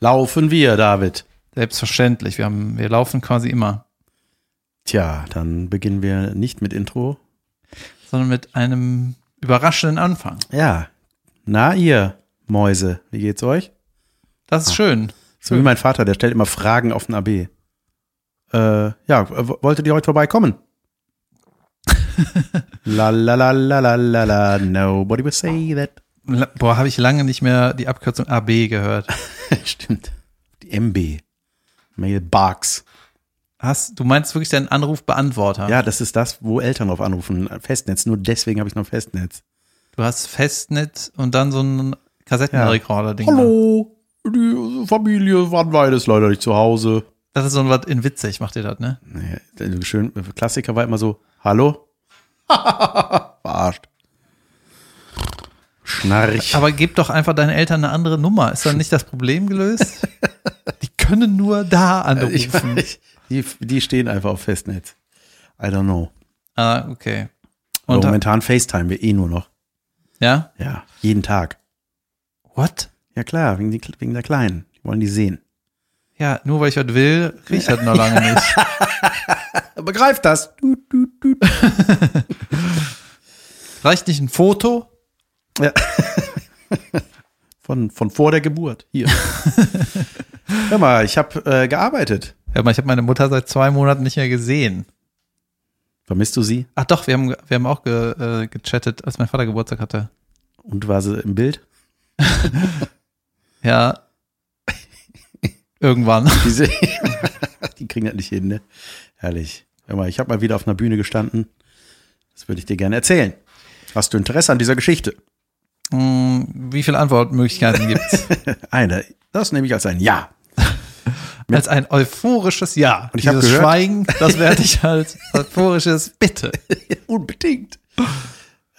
Laufen wir, David. Selbstverständlich. Wir, haben, wir laufen quasi immer. Tja, dann beginnen wir nicht mit Intro. Sondern mit einem überraschenden Anfang. Ja. Na, ihr Mäuse, wie geht's euch? Das Ah. ist schön. So wie mein Vater, der stellt immer Fragen auf den AB. Äh, ja, w- wolltet ihr heute vorbeikommen? la la la la la la la, nobody will say that. La- Boah, habe ich lange nicht mehr die Abkürzung AB gehört. Stimmt. Die MB. Mailbox. Hast, du meinst wirklich deinen Anrufbeantworter? Ja, das ist das, wo Eltern drauf anrufen. Festnetz. Nur deswegen habe ich noch Festnetz. Du hast Festnetz und dann so einen Kassettenrekorder-Ding. Hallo, die Familie waren beides leider nicht zu Hause. Das ist so ein was in witzig, macht ihr das, ne? Naja, also schön, Klassiker war immer so, hallo? Verarscht. Schnarch. Aber gib doch einfach deinen Eltern eine andere Nummer. Ist dann nicht das Problem gelöst? die können nur da anrufen. ich, ich, die, die stehen einfach auf Festnetz. I don't know. ah, okay. Aber Und momentan FaceTime wir eh nur noch. ja? Ja, jeden Tag. What? Ja klar, wegen, die, wegen der Kleinen. Die wollen die sehen. Ja, nur weil ich was will, krieg ich das noch lange nicht. Begreift das. Tut, tut, tut. Reicht nicht ein Foto? Von, von vor der Geburt. Hier. Hör mal, ich habe äh, gearbeitet. Ja, ich habe meine Mutter seit zwei Monaten nicht mehr gesehen. Vermisst du sie? Ach doch, wir haben, wir haben auch ge, äh, gechattet, als mein Vater Geburtstag hatte. Und war sie im Bild? Ja. Irgendwann. Diese, die kriegen das nicht hin, ne? Herrlich. Hör mal, ich habe mal wieder auf einer Bühne gestanden. Das würde ich dir gerne erzählen. Hast du Interesse an dieser Geschichte? Hm, wie viele Antwortmöglichkeiten gibt's? Eine. Das nehme ich als ein Ja. Als ein euphorisches Ja. Und ich hab Dieses gehört- Schweigen, das werde ich als euphorisches Bitte. Unbedingt.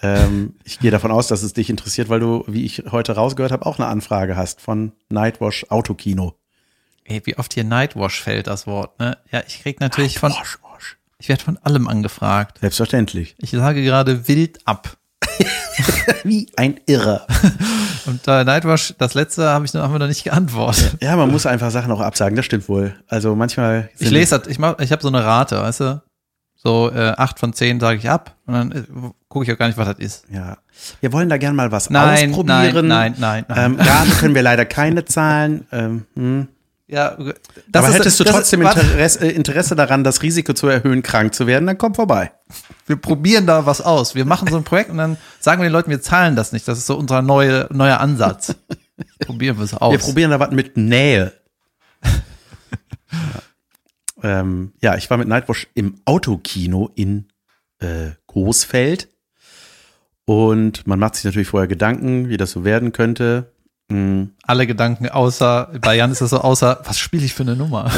ähm, ich gehe davon aus, dass es dich interessiert, weil du, wie ich heute rausgehört habe, auch eine Anfrage hast von Nightwash Autokino. Ey, wie oft hier Nightwash fällt, das Wort, ne? Ja, ich krieg natürlich von, Wasch, wasch. ich werde von allem angefragt. Selbstverständlich. Ich sage gerade wild ab. Wie ein Irrer. Und da Nightwash, das letzte habe ich noch, haben wir noch nicht geantwortet. Ja, man muss einfach Sachen auch absagen, das stimmt wohl. Also manchmal. Ich sind- lese das, ich mach, ich habe so eine Rate, weißt du? So äh, acht von zehn sage ich ab und dann äh, gucke ich auch gar nicht, was das ist. Ja. Wir wollen da gern mal was Nein, ausprobieren. nein, nein, nein, nein. Ähm, Raten können wir leider keine zahlen. Ähm, hm. Ja, das Aber hättest du das trotzdem warte, Interesse, äh, Interesse daran, das Risiko zu erhöhen, krank zu werden, dann komm vorbei. wir probieren da was aus. Wir machen so ein Projekt und dann sagen wir den Leuten, wir zahlen das nicht. Das ist so unser neue, neuer Ansatz. probieren wir es aus. Wir probieren da was mit Nähe. ja. Ähm, ja, ich war mit Nightwash im Autokino in äh, Großfeld. Und man macht sich natürlich vorher Gedanken, wie das so werden könnte. Hm. Alle Gedanken außer, bei Jan ist das so außer, was spiele ich für eine Nummer?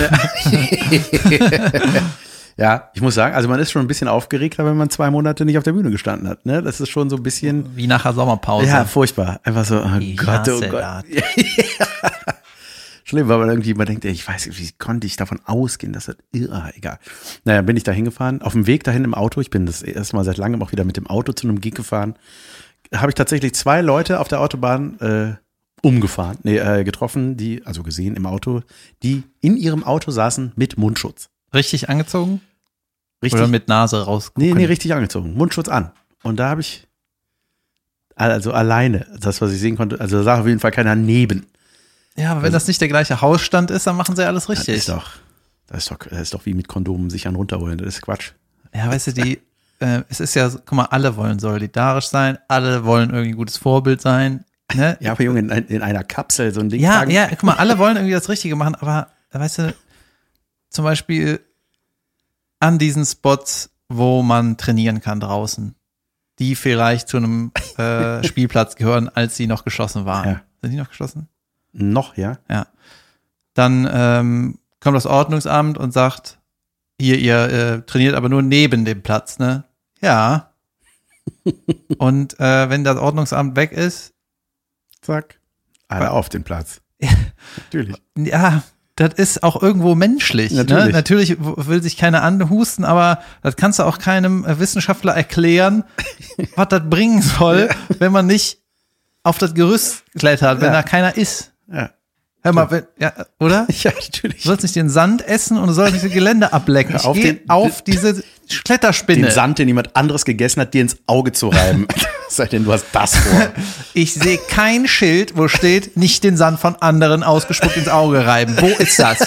Ja, ich muss sagen, also man ist schon ein bisschen aufgeregter, wenn man zwei Monate nicht auf der Bühne gestanden hat. Ne? Das ist schon so ein bisschen, Wie nach der Sommerpause. ja, furchtbar. Einfach so, oh Ich Gott, oh hasse Gott. Schlimm, weil man irgendwie immer denkt, ey, ich weiß nicht, wie konnte ich davon ausgehen, dass das irre, egal. Naja, bin ich da hingefahren. Auf dem Weg dahin im Auto, ich bin das erste Mal seit langem auch wieder mit dem Auto zu einem Gig gefahren, habe ich tatsächlich zwei Leute auf der Autobahn äh, umgefahren, nee, äh, getroffen, die, also gesehen im Auto, die in ihrem Auto saßen mit Mundschutz. Richtig angezogen? Richtig Oder mit Nase rausgucken? Nee, nee, richtig angezogen. Mundschutz an. Und da habe ich, also alleine, das, was ich sehen konnte, also da sah auf jeden Fall keiner neben. Ja, aber wenn das nicht der gleiche Hausstand ist, dann machen sie alles Das richtig. Also ist doch, das ist doch, das ist doch wie mit Kondomen sich an runterholen. Das ist Quatsch. Ja, weißt du, die, äh, es ist ja, so- guck mal, alle wollen solidarisch sein, alle wollen irgendwie ein gutes Vorbild sein. Ne? Ja, aber Junge, in, ein- in einer Kapsel so ein Ding Ja, tragen. ja, guck mal, alle wollen irgendwie das Richtige machen, aber äh, weißt du, zum Beispiel an diesen Spots, wo man trainieren kann draußen, die vielleicht zu einem äh, Spielplatz gehören, als sie noch geschlossen waren. Ja. Sind die noch geschlossen? Noch, ja. Dann ähm, kommt das Ordnungsamt und sagt, hier, ihr äh, trainiert aber nur neben dem Platz, ne? Ja. und äh, wenn das Ordnungsamt weg ist, Zack. Alle auf den Platz. Natürlich. Ja, das ist auch irgendwo menschlich. Natürlich, ne? Natürlich. Natürlich w- will sich keiner anhusten, aber das kannst du auch keinem äh, Wissenschaftler erklären, was das bringen soll, wenn man nicht auf das Gerüst klettert, wenn Ja. da keiner ist. Ja, Hör mal, wenn, ja, oder? ja natürlich. Du sollst nicht den Sand essen und du sollst nicht das Gelände ablecken. Hör Ich auf, gehe den- auf diese Kletterspinne. Den Sand, den jemand anderes gegessen hat, dir ins Auge zu reiben. Sei denn, du hast das vor. Ich sehe kein Schild, wo steht, nicht den Sand von anderen ausgespuckt ins Auge reiben. Wo ist das?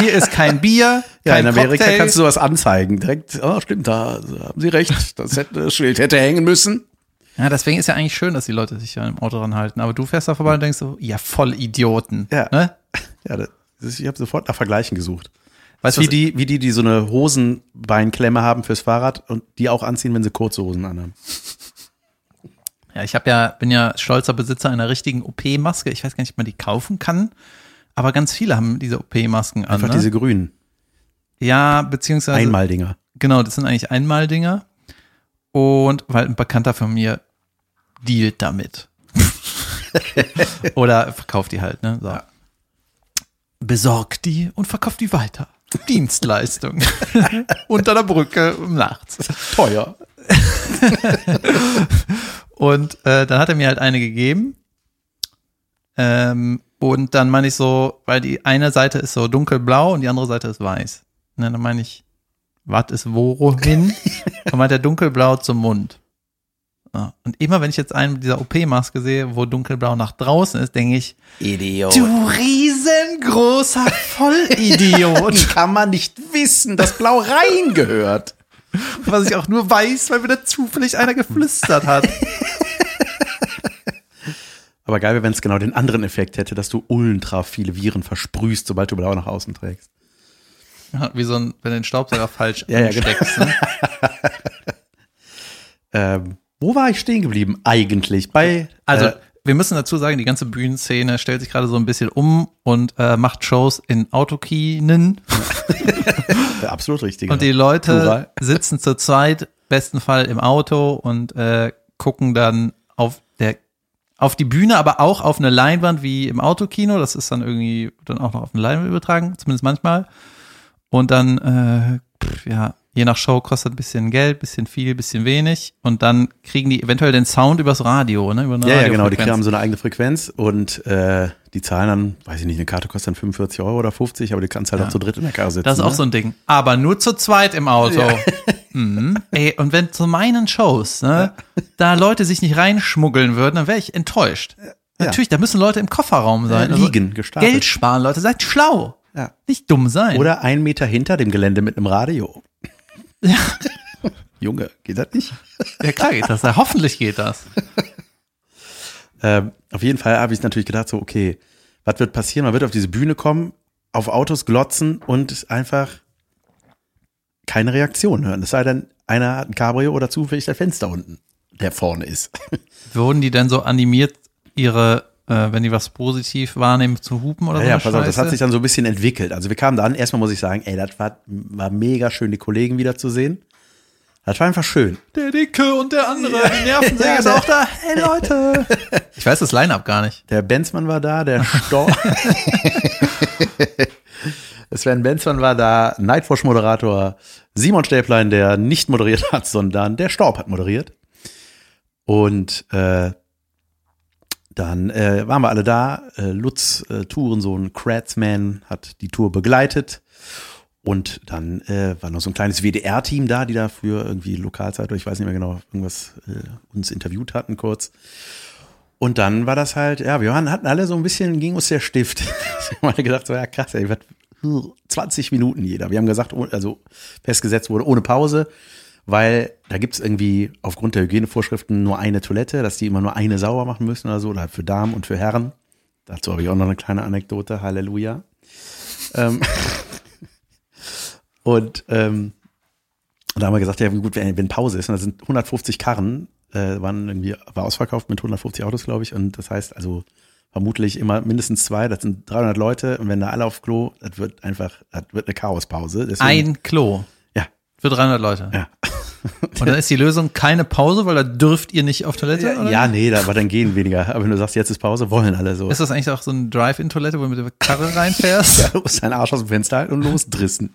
Hier ist kein Bier, Ja, in kein Amerika Cocktail. kannst du sowas anzeigen. Direkt, oh, stimmt, da haben sie recht. Das, hätte, das Schild hätte hängen müssen. Ja, deswegen ist ja eigentlich schön, dass die Leute sich ja im Auto dran halten. Aber du fährst da vorbei und denkst so, ja, voll Idioten. Ja. Ne? Ja, das ist, ich habe sofort nach Vergleichen gesucht. Also, Weißt du, Wie was, die, wie die, die so eine Hosenbeinklemme haben fürs Fahrrad und die auch anziehen, wenn sie kurze Hosen anhaben. ja, ich hab ja, bin ja stolzer Besitzer einer richtigen OP-Maske. Ich weiß gar nicht, ob man die kaufen kann. Aber ganz viele haben diese OP-Masken an. Einfach Ne? diese grünen ja, beziehungsweise. Einmaldinger. Genau, das sind eigentlich Einmaldinger. Und weil ein Bekannter von mir dealt damit. Oder verkauft die halt, ne? So. Besorgt die und verkauft die weiter. Dienstleistung. Unter der Brücke um nachts. Teuer. Und äh, dann hat er mir halt eine gegeben. Ähm, und dann meine ich so, weil die eine Seite ist so dunkelblau und die andere Seite ist weiß. Und dann meine ich, was ist wohin? und meint er dunkelblau zum Mund. Ja. Und immer wenn ich jetzt einen dieser OP-Maske sehe, wo dunkelblau nach draußen ist, denke ich, Idiot. du riesengroßer Vollidiot. kann man nicht wissen, dass Blau reingehört. Was ich auch nur weiß, weil mir da zufällig einer geflüstert hat. Aber geil wäre, wenn es genau den anderen Effekt hätte, dass du ultra viele Viren versprühst, sobald du Blau nach außen trägst. Ja, Wie so ein, wenn du den Staubsauger falsch Ja, ja, genau. ansteckst. Ne? Ähm, wo war ich stehen geblieben eigentlich? Bei Also, äh, wir müssen dazu sagen, die ganze Bühnenszene stellt sich gerade so ein bisschen um und äh, macht Shows in Autokinen. absolut richtig. Und die Leute Plural. sitzen zu zweit, besten Fall im Auto und äh, gucken dann auf der auf die Bühne, aber auch auf eine Leinwand wie im Autokino. Das ist dann irgendwie dann auch noch auf eine Leinwand übertragen, zumindest manchmal. Und dann, äh, pff, ja, je nach Show kostet ein bisschen Geld, bisschen viel, bisschen wenig. Und dann kriegen die eventuell den Sound übers Radio, ne? Über eine ja, ja, genau. Die Radiofrequenz. haben so eine eigene Frequenz und äh, die zahlen dann, weiß ich nicht, eine Karte kostet dann 45 Euro oder 50, aber die kannst halt auch zu dritt in der Karre sitzen. ne? Das ist auch so ein Ding. Aber nur zu zweit im Auto. Mhm. Ey, und wenn zu meinen Shows, ne, da Leute sich nicht reinschmuggeln würden, dann wäre ich enttäuscht. Natürlich, da müssen Leute im Kofferraum sein. Also Ja, liegen, gestapelt. Geld sparen, Leute, seid schlau. Ja. Nicht dumm sein. Oder ein Meter hinter dem Gelände mit einem Radio. Junge, geht das nicht? Ja, klar geht das. Ja, hoffentlich geht das. Ähm, auf jeden Fall habe ich natürlich gedacht, so, okay, was wird passieren? Man wird auf diese Bühne kommen, auf Autos glotzen und einfach keine Reaktion hören. Es sei denn, einer hat ein Cabrio oder zufällig der Fenster unten, der vorne ist. Wurden die denn so animiert, ihre, äh, wenn die was positiv wahrnehmen, zu hupen oder so? Ja, ja, eine pass auf, das Oh, Scheiße? hat sich dann so ein bisschen entwickelt. Also wir kamen da an, erstmal muss ich sagen, ey, das war, war mega schön, die Kollegen wieder zu sehen. Das war einfach schön. der Dicke und der andere, die Nervensäge Ja, ist der- auch da. Hey, Leute. Ich weiß das Line-Up gar nicht. Der Benzmann war da, der Storch. Sven Benzmann war da, Nightwatch-Moderator, Simon Stäblein, der nicht moderiert hat, sondern der Staub hat moderiert. Und äh, dann äh, waren wir alle da. Äh, Lutz äh, Tourensohn Kratzman hat die Tour begleitet. Und dann äh, war noch so ein kleines WDR-Team da, die dafür irgendwie Lokalzeit oder ich weiß nicht mehr genau, irgendwas äh, uns interviewt hatten kurz. Und dann war das halt, ja, wir waren, hatten alle so ein bisschen, ging uns der Stift. ich habe gedacht, so, ja krass, ey, was, 20 Minuten jeder. Wir haben gesagt, oh- also festgesetzt wurde ohne Pause, weil da gibt es irgendwie aufgrund der Hygienevorschriften nur eine Toilette, dass die immer nur eine sauber machen müssen oder so, oder für Damen und für Herren. Dazu habe ich auch noch eine kleine Anekdote, Halleluja. ähm, und ähm, und da haben wir gesagt, ja gut, wenn, wenn Pause ist, und da sind 150 Karren, äh, waren irgendwie, war ausverkauft mit 150 Autos, glaube ich. Und das heißt also vermutlich immer mindestens zwei, das sind 300 Leute. Und wenn da alle auf Klo, das wird einfach, das wird eine Chaospause. Deswegen- Ein Klo. Ja, Für 300 Leute. ja. Und dann ist die Lösung keine Pause, weil da dürft ihr nicht auf Toilette? oder? Ja, nee, da, aber dann gehen weniger. Aber wenn du sagst, jetzt ist Pause, wollen alle so. Ist das eigentlich auch so eine Drive-In-Toilette, wo du mit der Karre reinfährst? Du musst deinen Arsch aus dem Fenster halten und losdrissen.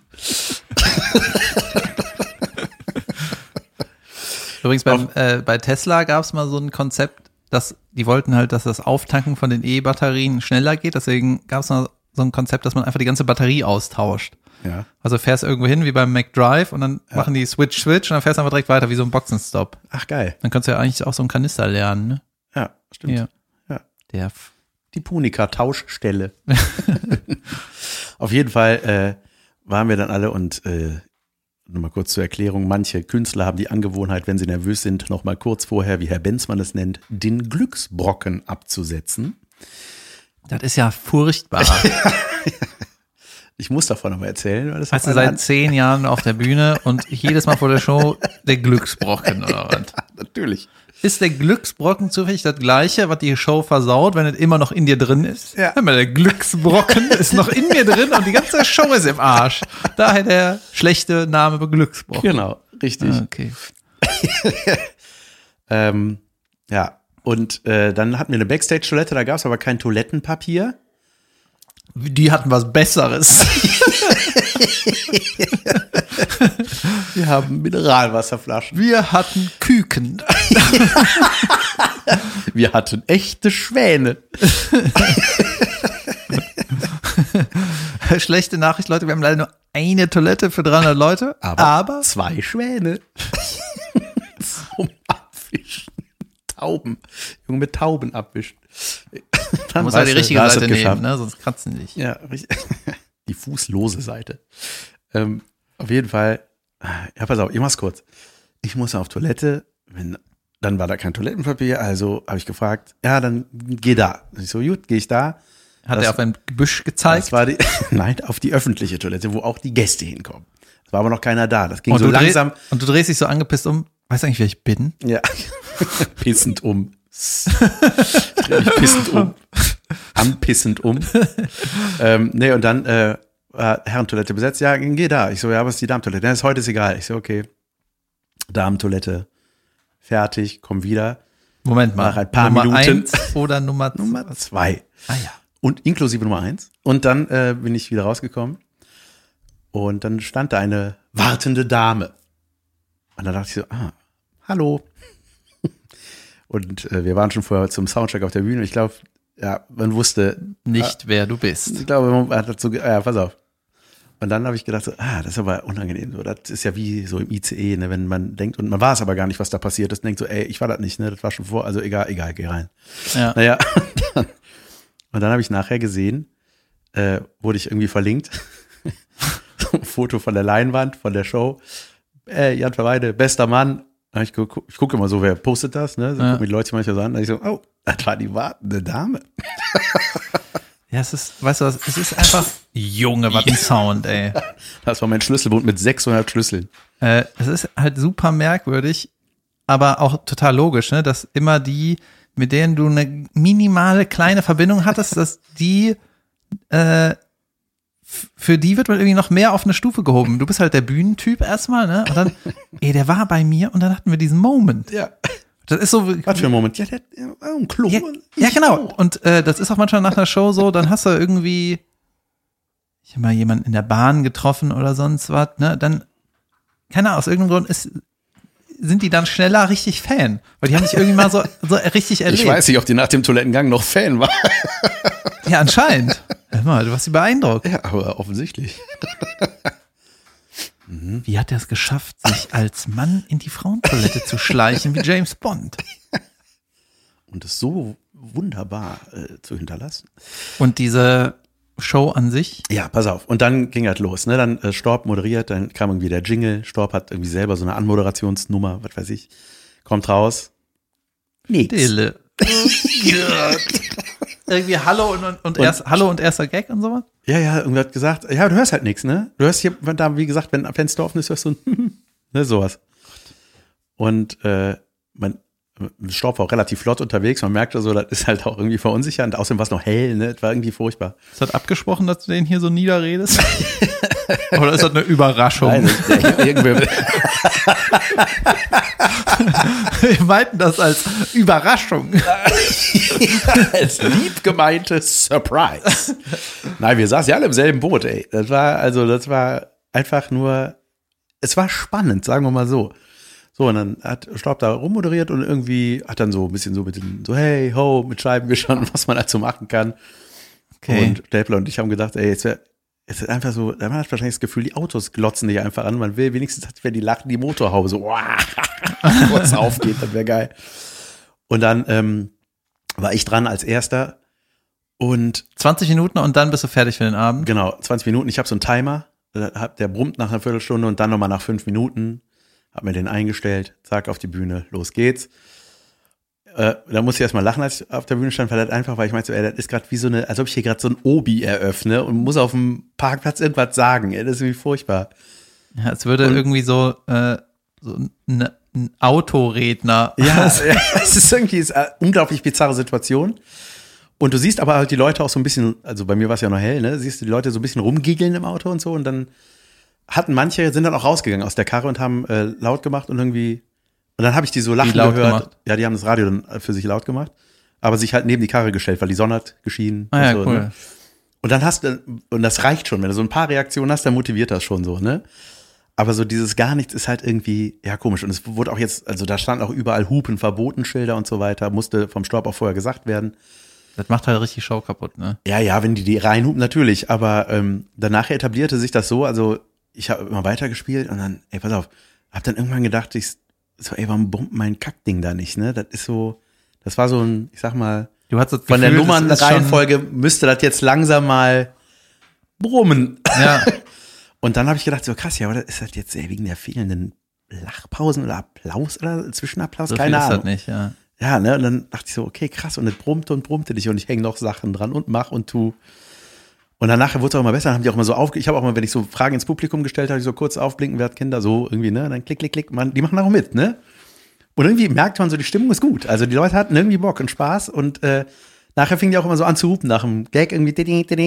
Übrigens, beim, äh, bei Tesla gab es mal so ein Konzept, dass die wollten halt, dass das Auftanken von den E-Batterien schneller geht. Deswegen gab es so ein Konzept, dass man einfach die ganze Batterie austauscht. Ja. Also fährst irgendwo hin, wie beim McDrive, und dann Ja. machen die Switch, Switch, und dann fährst du einfach direkt weiter, wie so ein Boxenstopp. Ach, geil. Dann kannst du ja eigentlich auch so einen Kanister lernen, ne? Ja, stimmt. Ja. Ja. Der. F- Die Punika-Tauschstelle. Auf jeden Fall äh, waren wir dann alle und äh, nur mal kurz zur Erklärung, manche Künstler haben die Angewohnheit, wenn sie nervös sind, noch mal kurz vorher, wie Herr Benzmann es nennt, den Glücksbrocken abzusetzen. Das ist ja furchtbar. Ich muss davon aber erzählen, weil das Weißt hat du, meine seit zehn Jahren auf der Bühne und jedes Mal vor der Show der Glücksbrocken oder was? Hand- natürlich. Ist der Glücksbrocken zufällig das gleiche, was die Show versaut, wenn es immer noch in dir drin ist? Ja. Hör mal, der Glücksbrocken ist noch in mir drin und die ganze Show ist im Arsch. Daher der schlechte Name Glücksbrocken. Genau, richtig. Okay. Ähm, ja, und äh, dann hatten wir eine Backstage-Toilette, da gab es aber kein Toilettenpapier. Die hatten was Besseres. Wir haben Mineralwasserflaschen. Wir hatten Küken. Wir hatten echte Schwäne. Schlechte Nachricht, Leute, wir haben leider nur eine Toilette für 300 Leute, aber, Zwei Schwäne. Zum Abwischen. Tauben. Junge mit Tauben abwischen. Dann man muss halt weißt die du, richtige da hast du es Seite nehmen, geschafft. ne? sonst kratzen die dich. Ja, richtig. Die fußlose Seite. Ähm, auf jeden Fall. äh, Ja, pass auf, ich mach's kurz. Ich muss auf Toilette. Wenn, dann war da kein Toilettenpapier, also habe ich gefragt, ja, dann geh da. Und ich so, gut, gehe ich da. Hat Das- er auf ein Gebüsch gezeigt? Das war die, nein, auf die öffentliche Toilette, wo auch die Gäste hinkommen. Es war aber noch keiner da. Das ging so du dreh- langsam. und du drehst dich so angepisst um. Weißt du eigentlich, wer ich bin? Ja. Pissend um. Ich dreh mich Pissend um. Anpissend um. ähm, nee, und dann äh, war Herrentoilette besetzt. Ja, geh da. Ich so, ja, was ist die Damentoilette? Ja, ist heute ist egal. Ich so, okay. Damentoilette. Fertig, komm wieder. Moment mal. Nach ein paar Nummer Minuten. Eins oder halt Nummer, Nummer zwei. Ah ja. Und inklusive Nummer eins. Und dann äh, bin ich wieder rausgekommen. Und dann stand da eine wartende Dame. Und dann dachte ich so, ah, hallo. Und äh, wir waren schon vorher zum Soundcheck auf der Bühne. Ich glaube, ja, man wusste, Nicht wer du bist. ich glaube, man hat dazu, ge- ah, ja, pass auf. Und dann habe ich gedacht, so, ah, das ist aber unangenehm. So, das ist ja wie so im ICE, ne, wenn man denkt, und man weiß aber gar nicht, was da passiert ist, und denkt so, ey, ich war das nicht, ne, das war schon vor, also egal, egal, geh rein. Ja. Naja, und dann, und dann habe ich nachher gesehen, äh, wurde ich irgendwie verlinkt. So ein Foto von der Leinwand, von der Show. Äh, Jan Verweide, bester Mann. Hab Ich gucke ich guck immer so, wer postet das, ne? So Ja. gucken mir die Leute manchmal so an. Und ich so, oh, das war die wartende Dame. ja, es ist, weißt du was, es ist einfach, Junge, was ein Sound, ey. Das war mein Schlüsselbund mit 600 Schlüsseln. Äh, es ist halt super merkwürdig, aber auch total logisch, ne? dass immer die, mit denen du eine minimale kleine Verbindung hattest, dass die, äh, f- für die wird man irgendwie noch mehr auf eine Stufe gehoben. Du bist halt der Bühnentyp erstmal, ne? Und dann, ey, der war bei mir und dann hatten wir diesen Moment. Ja. Das ist so, wie- Was für ein Moment. Ja, der ja, ein Klo. Ja, ja genau. Und äh, das ist auch manchmal nach einer Show so, dann hast du irgendwie, ich habe mal jemanden in der Bahn getroffen oder sonst was, ne? Dann, keine Ahnung, aus irgendeinem Grund ist, sind die dann schneller richtig Fan. Weil die haben dich irgendwie mal so, so richtig erlebt. Ich weiß nicht, ob die nach dem Toilettengang noch Fan war. Ja, anscheinend. Hör mal, du hast sie beeindruckt. Ja, aber offensichtlich. Wie hat er es geschafft, sich als Mann in die Frauentoilette zu schleichen wie James Bond? Und es so wunderbar äh, zu hinterlassen. Und diese Show an sich, Ja, pass auf. Und dann ging halt los. Ne? Dann äh, Storb moderiert, dann kam irgendwie der Jingle. Storb hat irgendwie selber so eine Anmoderationsnummer, was weiß ich. Kommt raus. Nix. Dille. irgendwie Hallo und, und, und, erst, Hallo und erster Gag und sowas? Ja, ja, irgendwer hat gesagt, ja, du hörst halt nichts, ne? Du hörst hier, wenn da, wie gesagt, wenn ein Fenster offen ist, hörst du ein ne, sowas. Und äh, man, Storb war auch relativ flott unterwegs. Man merkte so, das ist halt auch irgendwie verunsichernd. Außerdem war es noch hell, ne? Das war irgendwie furchtbar. Ist das abgesprochen, dass du den hier so niederredest? Oder ist das eine Überraschung? Nein, das- ja, irgendwer, Wir meinten das als Überraschung. als lieb gemeinte Surprise. Nein, wir saßen ja alle im selben Boot, ey. Das war, also, das war einfach nur, es war spannend, sagen wir mal so. So, und dann hat Staub da rummoderiert und irgendwie hat dann so ein bisschen so mit den, so hey, ho, mit Scheiben geschaut, was man dazu machen kann. Okay. Und Stäbler und ich haben gedacht, ey, jetzt wäre es ist einfach so, man hat wahrscheinlich das Gefühl, die Autos glotzen dich einfach an. Man will wenigstens, wenn die lachen, die Motorhaube so "Wah", kurz aufgeht, das wäre geil. Und dann ähm, war ich dran als erster und 20 Minuten und dann bist du fertig für den Abend. Genau, 20 Minuten. Ich habe so einen Timer, äh, hab- der brummt nach einer Viertelstunde und dann nochmal nach fünf Minuten. Hab mir den eingestellt, zack, auf die Bühne, los geht's. Äh, da musste ich erstmal lachen, als ich auf der Bühne stand, weil das einfach, weil ich meinte, so, ey, das ist gerade wie so eine, als ob ich hier gerade so ein Obi eröffne und muss auf dem Parkplatz irgendwas sagen. Ey, das ist irgendwie furchtbar. Ja, als würde Und- irgendwie so, äh, so ein, ein Autoredner. Ja, es ist irgendwie es ist eine unglaublich bizarre Situation. Und du siehst aber halt die Leute auch so ein bisschen, also bei mir war es ja noch hell, ne? Siehst du die Leute so ein bisschen rumgiegeln im Auto und so und dann hatten manche, sind dann auch rausgegangen aus der Karre und haben äh, laut gemacht und irgendwie. Und dann habe ich die so lachen laut gehört. gemacht? Ja, die haben das Radio dann äh, für sich laut gemacht, aber sich halt neben die Karre gestellt, weil die Sonne hat geschienen. Ah ja, und so, cool. ne? Und dann hast du, und das reicht schon, wenn du so ein paar Reaktionen hast, dann motiviert das schon so, ne? Aber so dieses gar nichts ist halt irgendwie, ja, komisch. Und es wurde auch jetzt, also da standen auch überall Hupen, Verbotenschilder und so weiter, musste vom Staub auch vorher gesagt werden. Das macht halt richtig Show kaputt, ne? Ja, ja, wenn die die reinhupen, natürlich. Aber ähm, danach etablierte sich das so, also ich habe immer weitergespielt und dann, ey, pass auf, hab dann irgendwann gedacht, ich so, ey, warum bummt mein Kackding da nicht, ne? Das ist so, das war so ein, ich sag mal, Du hast das von der Gefühl, das ist schon- Nummernreihenfolge müsste das jetzt langsam mal brummen. Ja, Und dann habe ich gedacht, so krass, ja, aber das ist halt jetzt eher wegen der fehlenden Lachpausen oder Applaus oder Zwischenapplaus, so viel keine ist das Ahnung. nicht, ja. Ja, ne, und dann dachte ich so, okay, krass, und es brummte und brummte dich und ich hänge noch Sachen dran und mach und tu. Und danach wurde es auch immer besser, dann haben die auch immer so aufge... Ich habe auch mal, wenn ich so Fragen ins Publikum gestellt habe, ich so kurz aufblinken, wer hat Kinder, so irgendwie, ne, dann klick, klick, klick, man, die machen auch mit, ne? Und irgendwie merkt man so, die Stimmung ist gut. Also die Leute hatten irgendwie Bock und Spaß und äh, nachher fingen die auch immer so an zu hupen nach dem Gag irgendwie,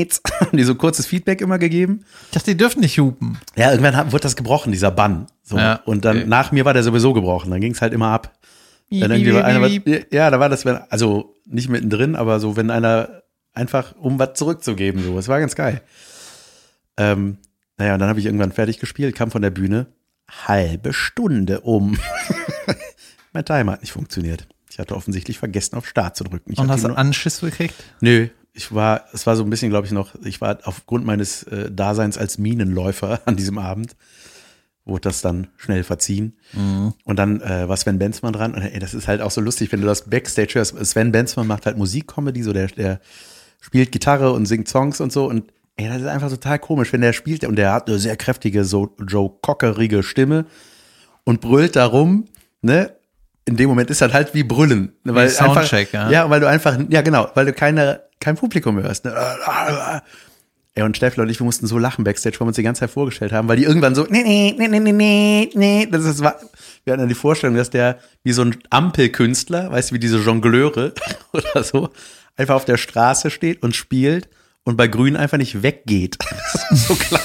haben die so kurzes Feedback immer gegeben. Ich dachte, die dürfen nicht hupen. Ja, irgendwann hat, wurde das gebrochen, dieser Bann. So. Ja, und dann okay. nach mir war der sowieso gebrochen. Dann ging's halt immer ab. Dann Piep, irgendwie war piep, einer, piep, was, ja, da war das, wenn, also nicht mittendrin, aber so, wenn einer einfach, um was zurückzugeben, so. Es war ganz geil. Ähm, naja, und dann habe ich irgendwann fertig gespielt, kam von der Bühne, halbe Stunde um. mein Timer hat nicht funktioniert. Ich hatte offensichtlich vergessen, auf Start zu drücken. Ich Und hatte hast ihn du nur- Anschiss gekriegt? Nö, ich war, es war so ein bisschen, glaube ich, noch, ich war aufgrund meines äh, Daseins als Minenläufer an diesem Abend, wurde das dann schnell verziehen. Und dann äh, war Sven Benzmann dran. Und ey, das ist halt auch so lustig, wenn du das Backstage hörst. Sven Benzmann macht halt Musikcomedy, so der, der spielt Gitarre und singt Songs und so. Und ey, das ist einfach total komisch, wenn der spielt und der hat eine sehr kräftige, so Joe Cockerige Stimme und brüllt darum, ne? In dem Moment ist das halt wie Brüllen. Ne? Weil Soundcheck, ja. einfach, Ja, weil du einfach, ja genau, weil du keine, kein Publikum hörst. Ne? Ey, und Steffler und ich, wir mussten so lachen Backstage, weil wir uns die ganze Zeit vorgestellt haben, weil die irgendwann so, nee, nee, nee, nee, nee, nee, nee. Das ist, war, wir hatten dann die Vorstellung, dass der wie so ein Ampelkünstler, weißt du, wie diese Jongleure oder so, einfach auf der Straße steht und spielt und bei Grün einfach nicht weggeht. so klar.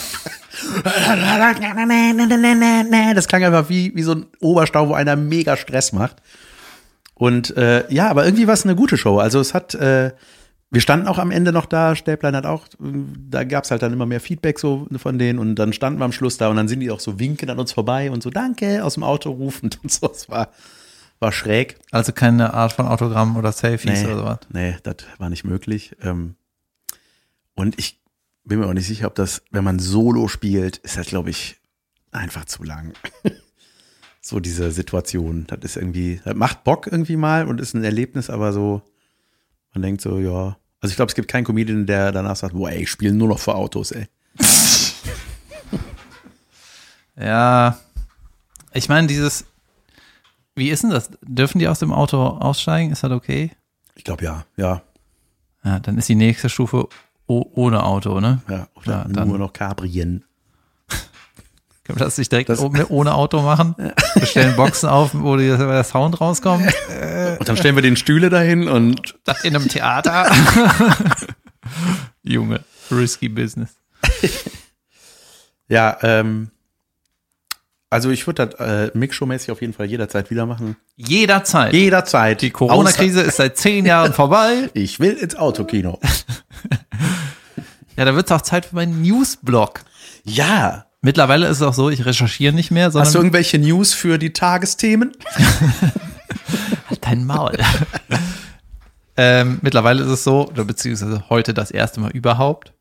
Das klang einfach wie, wie so ein Oberstau, wo einer mega Stress macht. Und äh, ja, aber irgendwie war es eine gute Show. Also es hat, äh, wir standen auch am Ende noch da, Stäblein hat auch, äh, da gab es halt dann immer mehr Feedback so von denen und dann standen wir am Schluss da und dann sind die auch so winkend an uns vorbei und so Danke aus dem Auto rufend und so. Es war, war schräg. Also keine Art von Autogramm oder Selfies oder sowas. nee das war nicht möglich. Ähm, und ich bin mir auch nicht sicher, ob das, wenn man Solo spielt, ist das, glaube ich, einfach zu lang. so diese Situation. Das ist irgendwie, das macht Bock irgendwie mal und ist ein Erlebnis, aber so, man denkt so, ja. Also ich glaube, es gibt keinen Comedian, der danach sagt, boah, ey, ich spiele nur noch für Autos, ey. Ja. Ich meine, dieses. Wie ist denn das? Dürfen die aus dem Auto aussteigen? Ist das okay? Ich glaube, ja, ja, Ja, dann ist die nächste Stufe o- ohne Auto, ne? ja. Oder Ja, dann- nur noch Cabrien. Können wir das nicht direkt Das- o- ohne Auto machen? Wir stellen Boxen auf, wo die- wo der Sound rauskommt. Und dann stellen wir den Stühle dahin und Das in einem Theater. Junge, risky business. ja, ähm, also ich würde das äh, Mixshow-mäßig auf jeden Fall jederzeit wieder machen. Jederzeit. Jederzeit. Die Corona-Krise ist seit zehn Jahren vorbei. Ich will ins Autokino. Ja, da wird es auch Zeit für meinen Newsblog. Ja. Mittlerweile ist es auch so, ich recherchiere nicht mehr, sondern Hast du irgendwelche News für die Tagesthemen? Halt dein Maul. ähm, mittlerweile ist es so, oder beziehungsweise heute das erste Mal überhaupt,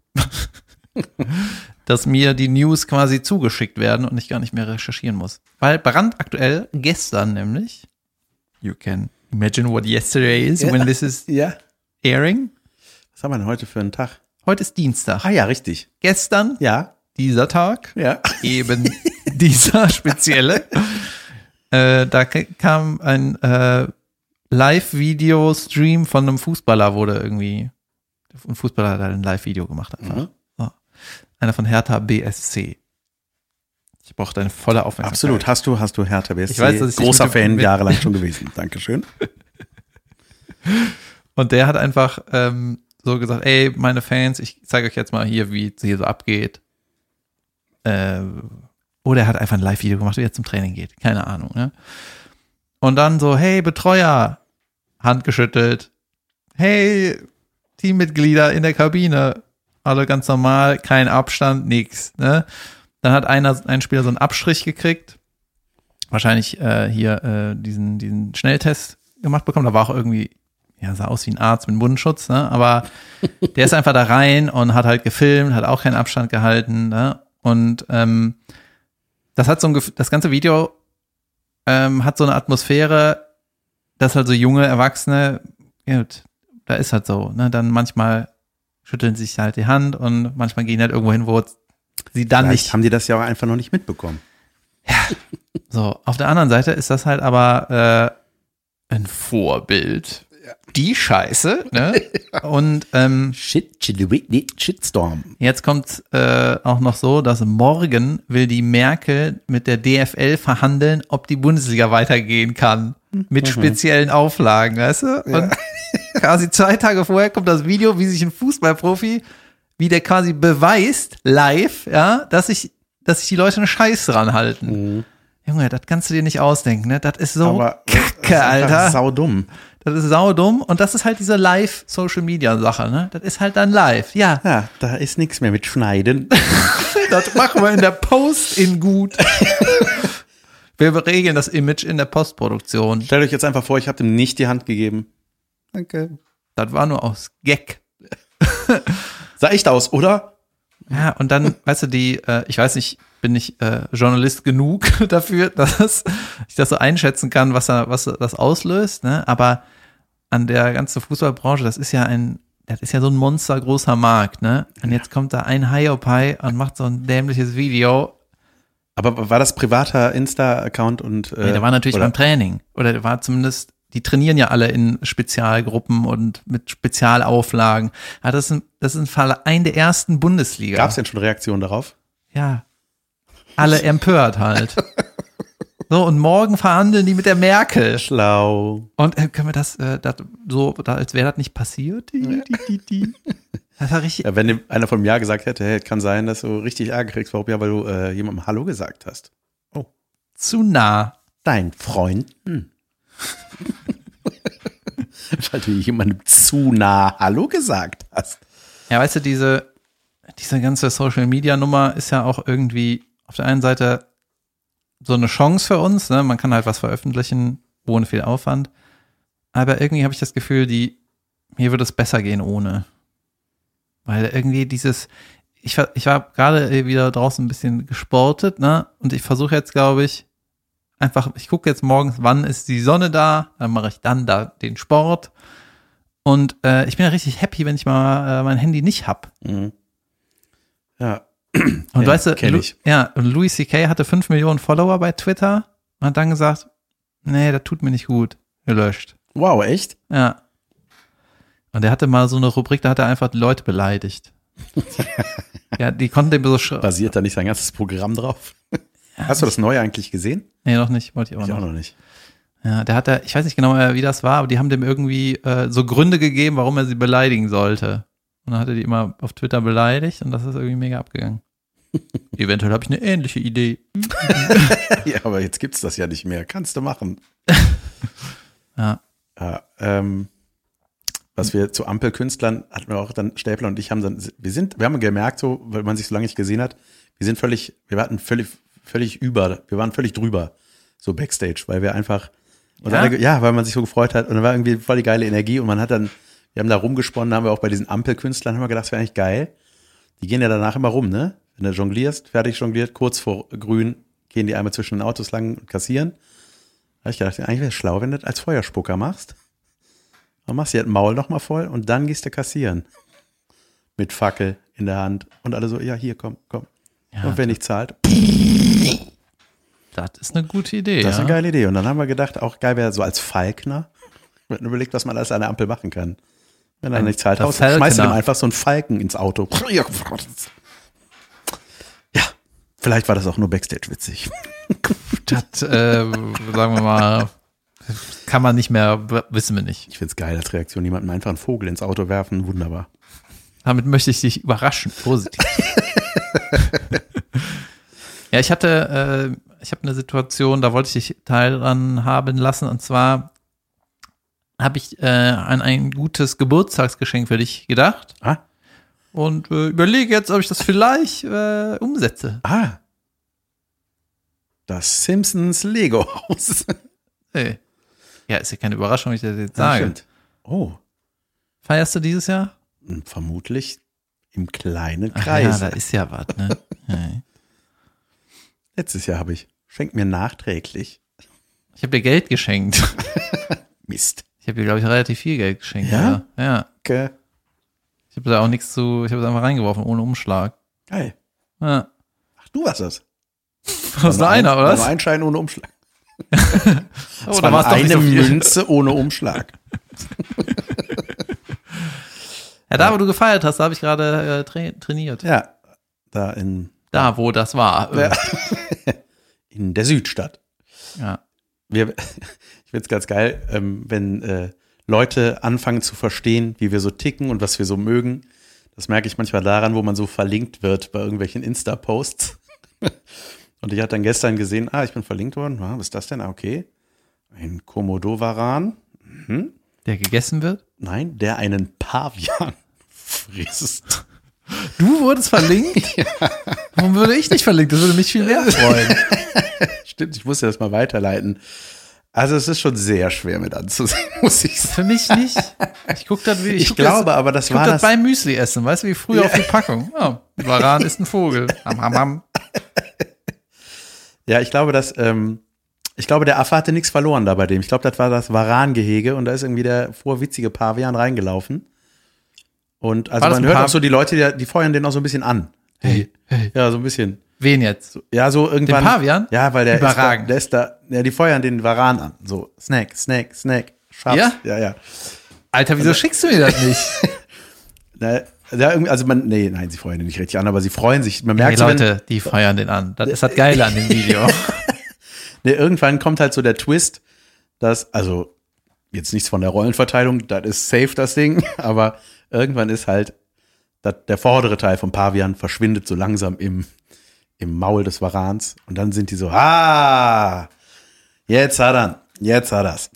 dass mir die News quasi zugeschickt werden und ich gar nicht mehr recherchieren muss. Weil brandaktuell, gestern nämlich, you can imagine what yesterday is when this is Ja. airing. Was haben wir denn heute für einen Tag? Heute ist Dienstag. Ah ja, richtig. Gestern, Ja, dieser Tag, ja. eben dieser spezielle. äh, da k- kam ein äh, Live-Video-Stream von einem Fußballer, wurde irgendwie. Ein Fußballer hat halt ein Live-Video gemacht einfach. Mhm. Einer von Hertha BSC. Ich brauche deine volle Aufmerksamkeit. Absolut. Hast du, hast du Hertha BSC. Ich weiß, dass ich dich großer mit dem- Fan mit- jahrelang schon gewesen. Dankeschön. Und der hat einfach ähm, so gesagt, ey, meine Fans, ich zeige euch jetzt mal hier, wie es hier so abgeht. Äh, oder er hat einfach ein Live-Video gemacht, wie er zum Training geht. Keine Ahnung. Ne? Und dann so, hey, Betreuer, Hand geschüttelt. Hey, Teammitglieder in der Kabine. Alle ganz normal, kein Abstand, nix. Ne? Dann hat einer, ein Spieler so einen Abstrich gekriegt. Wahrscheinlich äh, hier äh, diesen, diesen Schnelltest gemacht bekommen. Da war auch irgendwie ja, sah aus wie ein Arzt mit Mundschutz, ne? aber der ist einfach da rein und hat halt gefilmt, hat auch keinen Abstand gehalten. Ne? Und ähm, das hat so ein, Gef- das ganze Video ähm, hat so eine Atmosphäre, dass halt so junge Erwachsene, ja, gut, da ist halt so, ne? dann manchmal schütteln sich halt die Hand und manchmal gehen halt irgendwo hin, wo sie dann Vielleicht nicht haben die das ja auch einfach noch nicht mitbekommen. so, auf der anderen Seite ist das halt aber äh, ein Vorbild. Die Scheiße, ne? Und ähm, Shit, Shitstorm. jetzt kommt äh, auch noch so, dass morgen will die Merkel mit der DFL verhandeln, ob die Bundesliga weitergehen kann. Mit speziellen Auflagen, weißt du? Und quasi zwei Tage vorher kommt das Video, wie sich ein Fußballprofi, wie der quasi beweist, live, ja, dass sich dass sich die Leute einen Scheiß dran halten. Junge, das kannst du dir nicht ausdenken, ne? Das ist so Aber kacke, Alter. Sau dumm. das ist saudumm. Und das ist halt diese Live-Social-Media-Sache, ne? Das ist halt dann live. Ja, Ja, da ist nichts mehr mit Schneiden. das machen wir in der Post in gut. wir regeln das Image in der Postproduktion. Stellt euch jetzt einfach vor, ich habe dem nicht die Hand gegeben. Danke. Das war nur aus Gag. Sah echt aus, oder? Ja, und dann, weißt du, die, äh, ich weiß nicht, bin ich äh, Journalist genug dafür, dass ich das so einschätzen kann, was, da, was das auslöst, ne? Aber an der ganzen Fußballbranche, das ist ja ein, das ist ja so ein monstergroßer Markt, ne? Und jetzt kommt da ein Hiopai und macht so ein dämliches Video. Aber war das privater Insta-Account und. Äh, nee, der war natürlich oder, beim Training. Oder der war zumindest, die trainieren ja alle in Spezialgruppen und mit Spezialauflagen. Ja, das ist ein, das ist ein Verein der ersten Bundesliga. Gab es denn schon Reaktionen darauf? ja, alle empört halt. So, und morgen verhandeln die mit der Merkel. Schlau. Und äh, können wir das, äh, das so, da, als wäre das nicht passiert? Die, die, die, die. Das war richtig. Ja, wenn dir einer vom Jahr gesagt hätte, hey, kann sein, dass du richtig Ärger kriegst. Warum ja, weil du äh, jemandem Hallo gesagt hast. Zu nah. Dein Freund. Hm. weil du jemandem zu nah Hallo gesagt hast. Ja, weißt du, diese, diese ganze Social Media Nummer ist ja auch irgendwie auf der einen Seite so eine Chance für uns, ne? Man kann halt was veröffentlichen, ohne viel Aufwand. Aber irgendwie habe ich das Gefühl, die, mir würde es besser gehen ohne. Weil irgendwie dieses, ich, war- ich war gerade wieder draußen ein bisschen gesportet, ne? Und ich versuche jetzt, glaube ich, einfach, ich gucke jetzt morgens, wann ist die Sonne da, dann mache ich dann da den Sport. Und äh, ich bin ja richtig happy, wenn ich mal äh, mein Handy nicht hab. Mhm. Ja. Und Ja, weißt du, kenn Lu ich. ja, und Louis C.K. hatte 5 Millionen Follower bei Twitter und hat dann gesagt, nee, das tut mir nicht gut. Gelöscht. Wow, echt? Ja. Und er hatte mal so eine Rubrik, da hat er einfach die Leute beleidigt. ja, die konnten dem so schreiben. Basiert da nicht sein ganzes Programm drauf? Hast du das neue eigentlich gesehen? Nee, noch nicht, wollte ich auch Ich noch. auch noch nicht. Ja, der hat da, ich weiß nicht genau, äh, wie das war, aber die haben dem irgendwie äh, so Gründe gegeben, warum er sie beleidigen sollte. Und dann hat er die immer auf Twitter beleidigt und das ist irgendwie mega abgegangen. Eventuell habe ich eine ähnliche Idee. ja, aber jetzt gibt's das ja nicht mehr. Kannst du machen. Ja. Ja, ähm, was wir zu Ampelkünstlern hatten wir auch dann Stäbler und ich haben dann, wir sind, wir haben gemerkt, so, weil man sich so lange nicht gesehen hat, wir sind völlig, wir hatten völlig, völlig über, wir waren völlig drüber, so Backstage, weil wir einfach, und Ja? ja? Alle, ja, weil man sich so gefreut hat und dann war irgendwie voll die geile Energie und man hat dann, wir haben da rumgesponnen, da haben wir auch bei diesen Ampelkünstlern, haben wir gedacht, das wäre eigentlich geil. Die gehen ja danach immer rum, ne? Wenn du jonglierst, fertig jongliert, kurz vor grün, gehen die einmal zwischen den Autos lang und kassieren. Da habe ich gedacht, eigentlich wäre es schlau, wenn du das als Feuerspucker machst. Dann machst du halt Maul nochmal voll und dann gehst du kassieren. Mit Fackel in der Hand. Und alle so, ja, hier, komm, komm. und wer nicht zahlt, Das ist eine gute Idee. das ist eine ja. geile Idee. Und dann haben wir gedacht, auch geil wäre so als Falkner. Wir hatten überlegt, was man alles an der Ampel machen kann. Wenn er nicht zahlt, der haust- schmeißt du Falkner. dem einfach so einen Falken ins Auto. Ja, vielleicht war das auch nur Backstage witzig. Das, äh, sagen wir mal, kann man nicht mehr, w- wissen wir nicht. Ich finde es geil als Reaktion, jemandem einfach einen Vogel ins Auto werfen. Wunderbar. Damit möchte ich dich überraschen, positiv. ja, ich hatte, äh, ich habe eine Situation, da wollte ich dich teil dran haben lassen. Und zwar habe ich äh, an ein gutes Geburtstagsgeschenk für dich gedacht Ah, und äh, überlege jetzt, ob ich das vielleicht äh, umsetze. ah. Das Simpsons Lego Haus. Hey. Ja, ist ja keine Überraschung, wenn ich das jetzt sage. Oh, Hm, Feierst du dieses Jahr? vermutlich im kleinen Ach Kreis. Ja, da ist ja was, ne? Hey. Letztes Jahr habe ich. Schenkt mir nachträglich. Ich habe dir Geld geschenkt. Mist. Ich habe dir, glaube ich, relativ viel Geld geschenkt. Ja? Ja. ja. Ge- Ich habe da auch nichts zu, ich habe es einfach reingeworfen, ohne Umschlag. Geil. Ja. Ach, du warst das. Das war einer, oder? Also was? ein Schein ohne Umschlag. oh, Das da war war es doch eine nicht so viel. Münze ohne Umschlag. Ja, da, wo du gefeiert hast, da habe ich gerade äh, tra trainiert. Ja, da in, Da, wo das war. Äh, Ja. in der Südstadt. ja. Wir, ich find's ganz geil, ähm, wenn äh, Leute anfangen zu verstehen, wie wir so ticken und was wir so mögen. Das merke ich manchmal daran, wo man so verlinkt wird bei irgendwelchen Insta-Posts. und ich hatte dann gestern gesehen, ah, ich bin verlinkt worden. Ah, was ist das denn? Ah, okay. Ein Komodowaran. Der gegessen wird. Nein, der einen Pavian frisst. Du wurdest verlinkt? Warum würde ich nicht verlinkt? Das würde mich viel mehr freuen. Stimmt, ich muss ja das mal weiterleiten. Also es ist schon sehr schwer mit anzusehen, muss ich sagen. Für mich nicht. Ich gucke das wie Ich guck glaube aber, das ich guck war das das. beim Müsli essen, weißt du, wie früher auf die Packung. Ja, Varan ist ein Vogel. Ham, ham, ham. Ja, ich glaube, dass ähm, ich glaube, der Affe hatte nichts verloren da bei dem. Ich glaube, das war das Warangehege und da ist irgendwie der vorwitzige Pavian reingelaufen. Und also War das man ein hört Pav- auch so die Leute, die, die feuern den auch so ein bisschen an. Hey, hey. Ja, so ein bisschen. Wen jetzt? Ja, so irgendwann. Pavian? Ja, weil der ist, da, Überragend. der ist da. Ja, die feuern den Waran an. So Snack, Snack, Snack. Schafs. Ja? ja, ja. Alter, wieso schickst du mir das nicht? Na, ja, irgendwie, also man, nee, nein, sie freuen ihn nicht richtig an, aber sie freuen sich. Man Hey merkt, so, wenn, Leute, die feiern den an. Das ist das Geile an dem Video. nee, irgendwann kommt halt so der Twist, dass, also jetzt nichts von der Rollenverteilung, das ist safe das Ding, aber irgendwann ist halt, dat, der vordere Teil vom Pavian verschwindet so langsam im, im Maul des Warans und dann sind die so, ah, jetzt hat er, jetzt hat er's.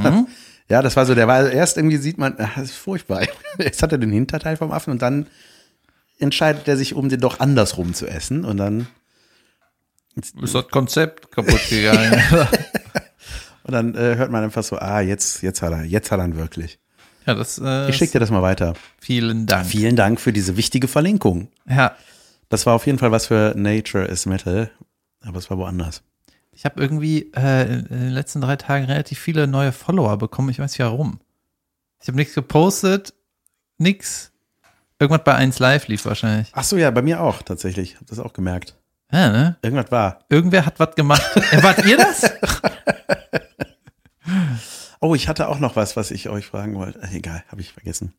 Ja, das war so, der war also erst irgendwie sieht man, ah, das ist furchtbar. Jetzt hat er den Hinterteil vom Affen und dann entscheidet er sich, um den doch andersrum zu essen und dann Ist das Konzept kaputt gegangen. Und dann äh, hört man einfach so, ah, jetzt, jetzt hat er, jetzt hat er ihn wirklich. ja, das, äh, Ich schicke dir das mal weiter. vielen Dank. Vielen Dank für diese wichtige Verlinkung. Ja, Das war auf jeden Fall was für Nature is Metal, aber es war woanders. ich habe irgendwie äh, in den letzten drei Tagen relativ viele neue Follower bekommen. Ich weiß nicht warum. Ich habe nichts gepostet, nix. Irgendwas bei 1 Live lief wahrscheinlich. Ach so, ja, bei mir auch tatsächlich. Hab das auch gemerkt. Ja, ne? Irgendwas war. Irgendwer hat was gemacht. Äh, wart ihr das? Oh, ich hatte auch noch was, was ich euch fragen wollte. Ach, egal, habe ich vergessen.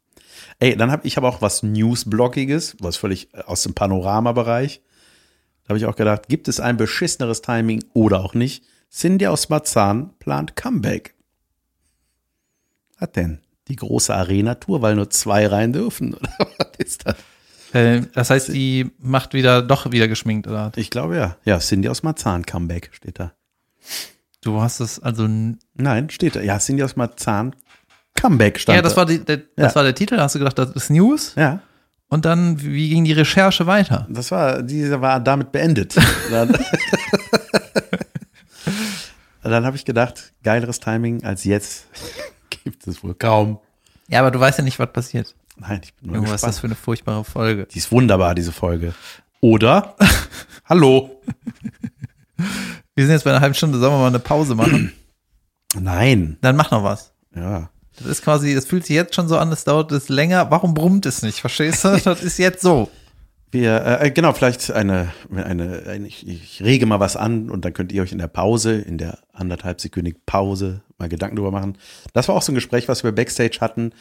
Ey, dann habe ich aber auch was Newsblockiges, was völlig äh, aus dem Panoramabereich. Da habe ich auch gedacht, gibt es ein beschisseneres Timing oder auch nicht? Cindy aus Marzahn plant Comeback. Was denn? Die große Arena-Tour, weil nur zwei rein dürfen, oder was ist das? äh, das heißt, die macht wieder doch wieder geschminkt, oder? Ich glaube ja. Ja, Cindy aus Marzahn Comeback steht da. Du hast es also. n- Nein, steht da. Ja, Cindy aus Marzahn Comeback stand Ja, das da. war, die, der, das war der Titel. Da hast du gedacht, das ist News. Ja, Und dann, wie ging die Recherche weiter? Das war, diese war damit beendet. Dann, dann habe ich gedacht, geileres Timing als jetzt gibt es wohl kaum. Ja, aber du weißt ja nicht, was passiert. Nein, ich bin nur Junge, was ist das gespannt. für eine furchtbare Folge. Die ist wunderbar, diese Folge. Oder? Hallo? Wir sind jetzt bei einer halben Stunde, sollen wir mal eine Pause machen? Nein. Dann mach noch was. Ja. Das ist quasi, das fühlt sich jetzt schon so an, das dauert es länger. Warum brummt es nicht? Verstehst du? Das ist jetzt so. Wir, äh, genau, vielleicht eine, eine, ein- ich, ich rege mal was an und dann könnt ihr euch in der Pause, in der anderthalbsekündigen Pause mal Gedanken drüber machen. Das war auch so ein Gespräch, was wir Backstage hatten,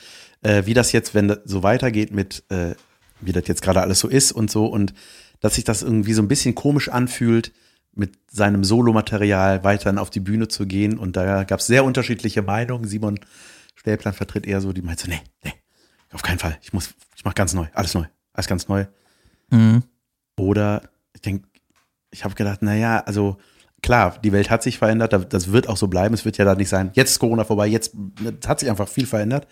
äh, wie das jetzt, wenn das so weitergeht mit, äh, wie das jetzt gerade alles so ist und so und dass sich das irgendwie so ein bisschen komisch anfühlt, mit seinem Solomaterial weiterhin auf die Bühne zu gehen und da gab es sehr unterschiedliche Meinungen. Simon Stäblein vertritt eher so, die meint so, nee, nee, auf keinen Fall, ich muss, ich mach ganz neu, alles neu, alles ganz neu. Mhm. Oder ich denke, ich habe gedacht, naja, also klar, die Welt hat sich verändert, da- das wird auch so bleiben, es wird ja da nicht sein, jetzt ist Corona vorbei, jetzt es hat sich einfach viel verändert.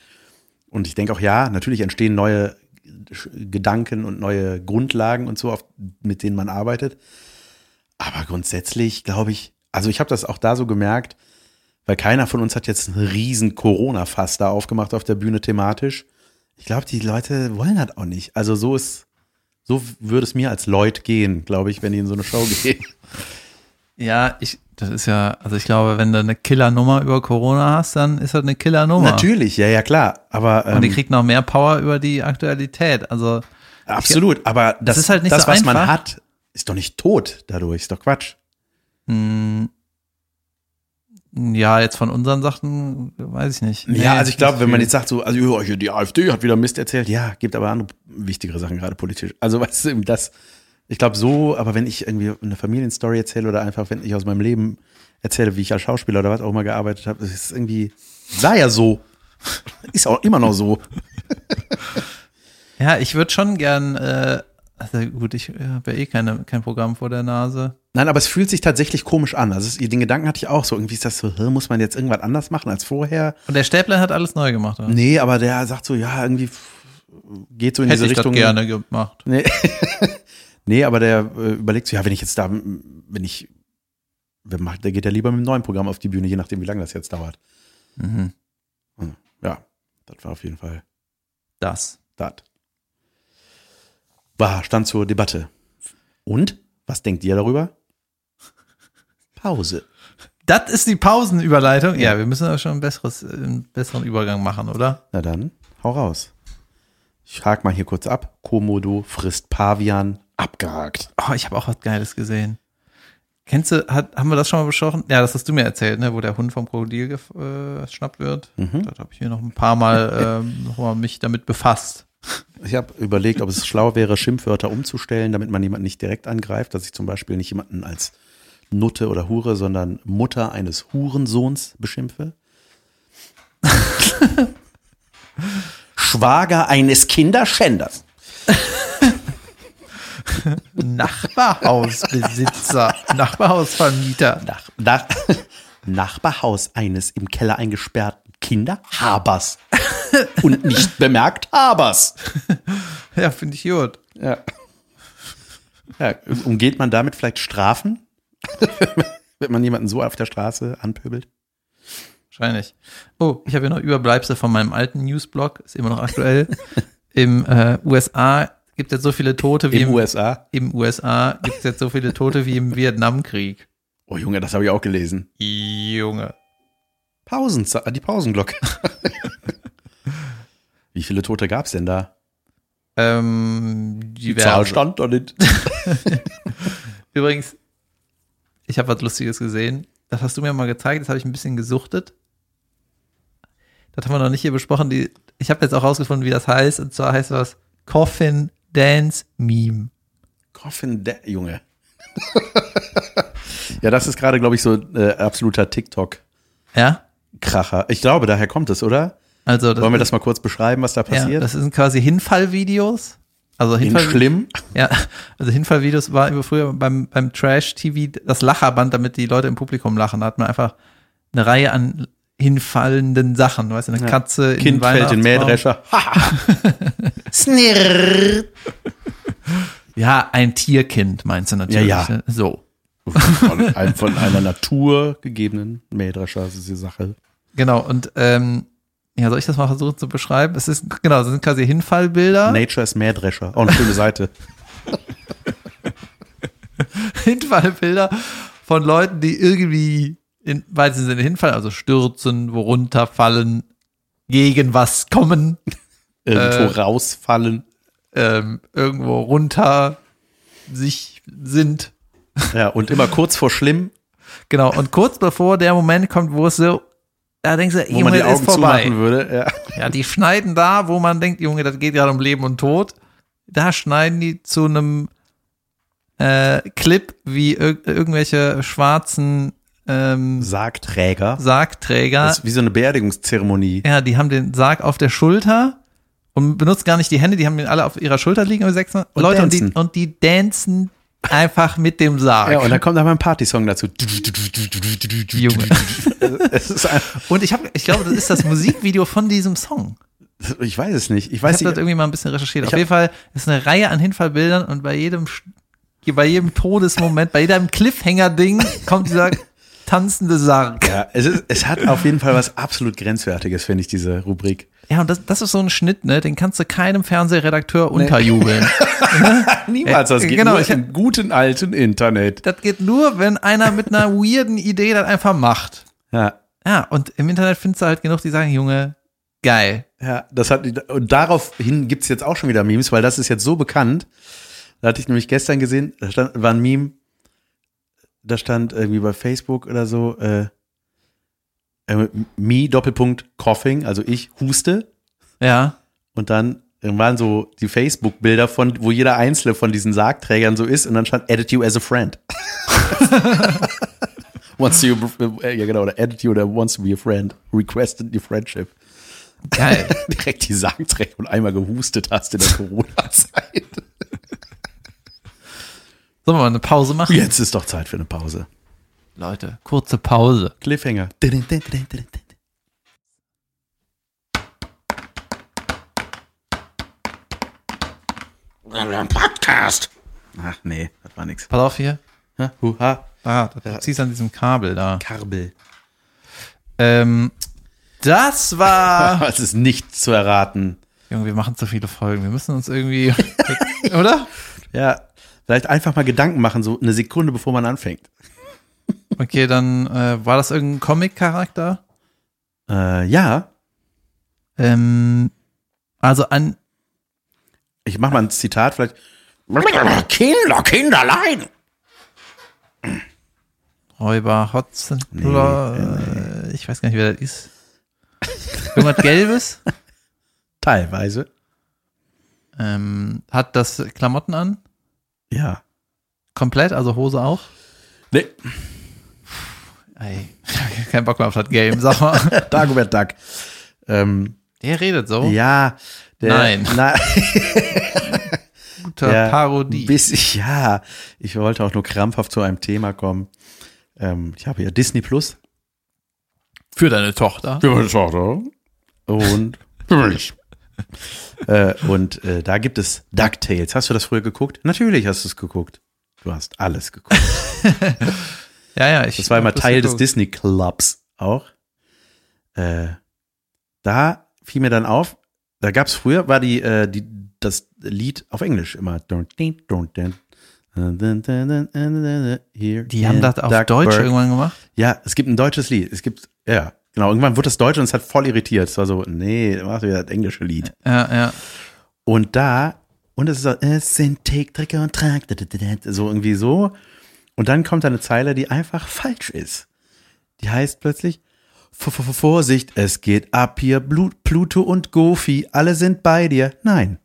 Und ich denke auch, ja, natürlich entstehen neue Sch- Gedanken und neue Grundlagen und so, auf, mit denen man arbeitet. Aber grundsätzlich glaube ich, also ich habe das auch da so gemerkt, weil keiner von uns hat jetzt einen riesen Corona-Fass da aufgemacht auf der Bühne thematisch. Ich glaube, die Leute wollen das auch nicht. Also so ist, so würde es mir als Leut gehen, glaube ich, wenn ich in so eine Show gehe. Ja, ich, das ist ja, also ich glaube, wenn du eine Killernummer über Corona hast, dann ist das eine Killernummer. Natürlich, ja, ja, klar. Aber Und die ähm, kriegt noch mehr Power über die Aktualität. Also, absolut. Aber das, ist halt nicht das so was man einfach. hat, ist doch nicht tot dadurch. Ist doch Quatsch. mh, ja, jetzt von unseren Sachen, weiß ich nicht. Nee, ja, also ich glaube, nicht wenn man viel. jetzt sagt, so, also ja, die AfD hat wieder Mist erzählt, ja, gibt aber andere wichtigere Sachen gerade politisch. Also weißt du, das, ich glaube so, aber wenn ich irgendwie eine Familienstory erzähle oder einfach, wenn ich aus meinem Leben erzähle, wie ich als Schauspieler oder was auch immer gearbeitet habe, das ist irgendwie, war ja so. Ist auch immer noch so. Ja, ich würde schon gern, äh, also gut, ich habe ja eh keine, kein Programm vor der Nase. Nein, aber es fühlt sich tatsächlich komisch an. Also es, den Gedanken hatte ich auch so. Irgendwie ist das so, hä, muss man jetzt irgendwas anders machen als vorher? Und der Stäblein hat alles neu gemacht. Oder? Nee, aber der sagt so, ja, irgendwie f- geht so in Hätte diese ich Richtung. das gerne gemacht. Nee. nee, aber der äh, überlegt so, ja, wenn ich jetzt da, m- wenn ich, wenn macht, der geht ja lieber mit einem neuen Programm auf die Bühne, je nachdem, wie lange das jetzt dauert. Mhm. Ja, das war auf jeden Fall Das. das. War, stand zur Debatte. Und? Was denkt ihr darüber? Pause. Das ist die Pausenüberleitung. Ja, wir müssen aber schon ein besseres, äh, einen besseren Übergang machen, oder? Na dann, hau raus. Ich hake mal hier kurz ab. Komodo frisst Pavian. Abgehakt. Oh, ich habe auch was Geiles gesehen. Kennst du, hat, haben wir das schon mal besprochen? Ja, das hast du mir erzählt, ne, wo der Hund vom Krokodil äh, geschnappt wird. Mhm. Das habe ich mir noch ein paar Mal, ähm, noch mal mich damit befasst. Ich habe überlegt, ob es schlau wäre, Schimpfwörter umzustellen, damit man jemanden nicht direkt angreift, dass ich zum Beispiel nicht jemanden als Nutte oder Hure, sondern Mutter eines Hurensohns beschimpfe. Schwager eines Kinderschänders. Nachbarhausbesitzer, Nachbarhausvermieter. Nach, nach, Nachbarhaus eines im Keller eingesperrten Kinderhabers. Und nicht bemerkt Habers. Ja, finde ich gut. Ja. ja. um, Umgeht man damit vielleicht Strafen? Wenn man jemanden so auf der Straße anpöbelt? Wahrscheinlich. Oh, ich habe hier noch Überbleibsel von meinem alten Newsblog, ist immer noch aktuell. Im äh, USA gibt es jetzt so viele Tote wie Im im, USA? im USA gibt es jetzt so viele Tote wie im Vietnamkrieg. Oh Junge, das habe ich auch gelesen. Junge. Pausen, äh, die Pausenglocke. Wie viele Tote gab es denn da? Ähm, diverse. stand da nicht. Übrigens, ich habe was Lustiges gesehen. Das hast du mir mal gezeigt, das habe ich ein bisschen gesuchtet. Das haben wir noch nicht hier besprochen. Die, ich habe jetzt auch rausgefunden, wie das heißt. Und zwar heißt das Coffin Dance Meme. Coffin der Junge. ja, das ist gerade, glaube ich, so äh, absoluter TikTok-Kracher. Ja? Ich glaube, daher kommt es, oder? Also das Wollen wir ist- das mal kurz beschreiben, was da Ja, passiert? das sind quasi Hinfallvideos. Also In Hinfall, schlimm. ja, also Hinfallvideos war immer früher beim, beim Trash-TV das Lacherband, damit die Leute im Publikum lachen. Da hat man einfach eine Reihe an hinfallenden Sachen. Weißt du, eine Ja. Katze in den Kind fällt in den Weihnachtsbaum. Mähdrescher. Snirr. Ja, ein Tierkind meinst du natürlich. Ja, ja. ne? So. Von, einem- von einer Natur gegebenen Mähdrescher, das ist die Sache. Genau, und ähm, ja, soll ich das mal versuchen zu beschreiben? Es ist, genau, das sind quasi Hinfallbilder. Nature ist Mähdrescher. Auch eine schöne Seite. Hinfallbilder von Leuten, die irgendwie in weitesten Sinne hinfallen, also stürzen, worunter fallen, gegen was kommen, Irgendwo Äh. rausfallen. ähm, irgendwo runter sich sind. Ja, und immer kurz vor schlimm, Genau, und kurz bevor der Moment kommt, wo es so, da denkst du, wo Junge, man die ist Augen vorbei. zumachen würde. Ja. Ja, die schneiden da, wo man denkt, Junge, das geht gerade um Leben und Tod. Da schneiden die zu einem äh, Clip, wie irg irgendwelche schwarzen ähm, Sargträger. Sargträger. Das ist wie so eine Beerdigungszeremonie. ja, die haben den Sarg auf der Schulter und benutzen gar nicht die Hände, die haben den alle auf ihrer Schulter liegen. Und sechs Und Leute dancen. und die und die dancen einfach mit dem Sarg. Ja, und dann kommt aber ein Partysong dazu. Junge. Es ist ein, Und ich habe, ich glaube, das ist das Musikvideo von diesem Song. ich weiß es nicht. Ich Ich weiß habe das nicht. irgendwie mal ein bisschen recherchiert. Ich Auf hab- jeden Fall ist eine Reihe an Hinfallbildern und bei jedem, Sch- bei jedem Todesmoment, bei jedem Cliffhanger-Ding kommt dieser tanzende Sarg. Ja, es, ist, es hat auf jeden Fall was absolut Grenzwertiges, finde ich, diese Rubrik. Ja, und das, das ist so ein Schnitt, ne? Den kannst du keinem Fernsehredakteur unterjubeln. Niemals, das Äh, geht genau, nur ich- im guten alten Internet. Das geht nur, wenn einer mit einer weirden Idee das einfach macht. Ja, Ja, und im Internet findest du halt genug, die sagen, Junge, geil. ja das hat, und daraufhin gibt's jetzt auch schon wieder Memes, weil das ist jetzt so bekannt. Da hatte ich nämlich gestern gesehen, da stand, war ein Meme, da stand irgendwie bei Facebook oder so, äh, äh, me, Doppelpunkt, coughing, also ich huste. Ja. Und dann waren so die Facebook-Bilder von, wo jeder einzelne von diesen Sargträgern so ist und dann stand edit you as a friend. wants to, äh, ja genau, oder edit you oder wants to be a friend, requested your friendship. Geil. Direkt die Sargträger und einmal gehustet hast in der Corona-Zeit. Sollen wir mal eine Pause machen? Jetzt ist doch Zeit für eine Pause. Leute, kurze Pause. Cliffhanger. Podcast. Ach nee, das war nix. Pass auf hier. Ha, Huha, Ah, du ziehst an diesem Kabel da. Karbel. Ähm, das war. Ah, Es ist nicht zu erraten. Junge, wir machen zu viele Folgen. Wir müssen uns irgendwie. oder? Ja, vielleicht einfach mal Gedanken machen, so eine Sekunde, bevor man anfängt. Okay, dann äh, war das irgendein Comic-Charakter? Äh, ja, Ähm, also an. ich mach mal ein Zitat, vielleicht. Kinder, Kinderlein. Räuber Hudson. oder, äh, Ich weiß gar nicht, wer das ist. Irgendwas Gelbes? Teilweise. Ähm, hat das Klamotten an? Ja. Komplett, also Hose auch? Nee, Ey, kein Bock mehr auf das Game, sag mal. Dagobert Duck. Ähm, Der redet so. Ja, der. Oh. Nein. Na, Gute der- Parodie. Bis ich, ja, ich wollte auch nur krampfhaft zu einem Thema kommen. Ähm, ich habe ja Disney Plus. Für deine Tochter. Für meine Tochter. Und. Für mich. äh, und äh, da gibt es DuckTales. Hast du das früher geguckt? Natürlich hast du es geguckt. Du hast alles geguckt. Ja, ja, ich. Das war immer hab Teil des geguckt. Disney Clubs auch. Äh, da fiel mir dann auf, da gab es früher, war die, äh, die, das Lied auf Englisch immer. Die Die haben das auf Deutsch irgendwann gemacht. Ja, es gibt ein deutsches Lied. Es gibt, ja, genau. Irgendwann wurde das Deutsch und es hat voll irritiert. Es war so, nee, mach wieder das englische Lied. Ja, ja. Und da, und es ist so, es sind Take, Tricke und Trag, so irgendwie so. Und dann kommt da eine Zeile, die einfach falsch ist. Die heißt plötzlich, "V- v- v- Vorsicht, es geht ab hier, Blu- Pluto und Goofy, alle sind bei dir. Nein,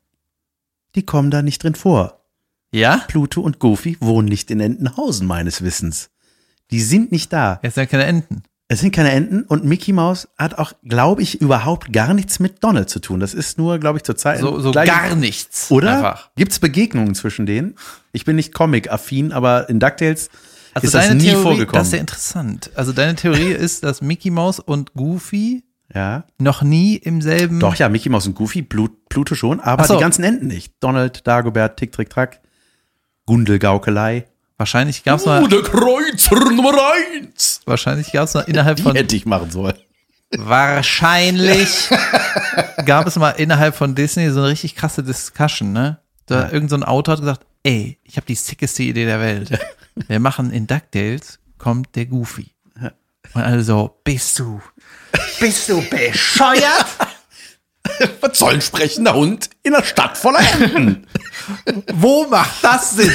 die kommen da nicht drin vor. Ja? Pluto und Goofy wohnen nicht in Entenhausen, meines Wissens. Die sind nicht da. Jetzt sind ja keine Enten. Es sind keine Enten und Mickey Mouse hat auch, glaube ich, überhaupt gar nichts mit Donald zu tun. Das ist nur, glaube ich, zur Zeit. So, so gleich- gar nichts. oder? Einfach. Gibt's Begegnungen zwischen denen? Ich bin nicht Comic-affin, aber in DuckTales Also ist das nie Theorie, vorgekommen. Das ist ja interessant. Also deine Theorie ist, dass Mickey Mouse und Goofy Ja. noch nie im selben. Doch, ja, Mickey Mouse und Goofy, Blut, Pluto schon, aber Ach so. die ganzen Enten nicht. Donald, Dagobert, Tick, Trick, Track, Gundelgaukelei. Wahrscheinlich gab es mal, der Kreuzer Nummer eins. wahrscheinlich gab es mal innerhalb Die von hätte ich machen sollen. Wahrscheinlich gab es mal innerhalb von Disney so eine richtig krasse Discussion, ne? Da irgend so ein Autor hat gesagt, ey, ich habe die sickeste Idee der Welt. Wir machen in DuckTales kommt der Goofy. Und alle so, bist du, bist du bescheuert? Was soll ein sprechender Hund in einer Stadt voller Enten? Wo macht das Sinn?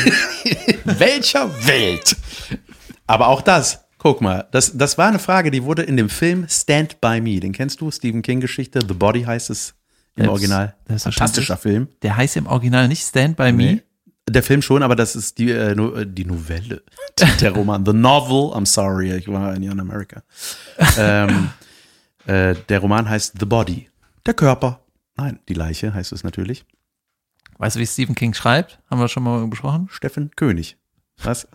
In welcher Welt? Aber auch das, guck mal, das, das war eine Frage, die wurde in dem Film Stand By Me, den kennst du, Stephen King-Geschichte, The Body heißt es im Selbst- Original. selbstverständlich. Fantastischer Film. Der heißt im Original nicht Stand By Me. Der Film schon, aber das ist die, äh, no, äh, die Novelle, Die- der Roman, The Novel, I'm sorry, ich war in Young America. Ähm, äh, der Roman heißt The Body, der Körper. Nein, die Leiche heißt es natürlich. Weißt du, wie Stephen King schreibt? Haben wir schon mal besprochen? Steffen König. Was?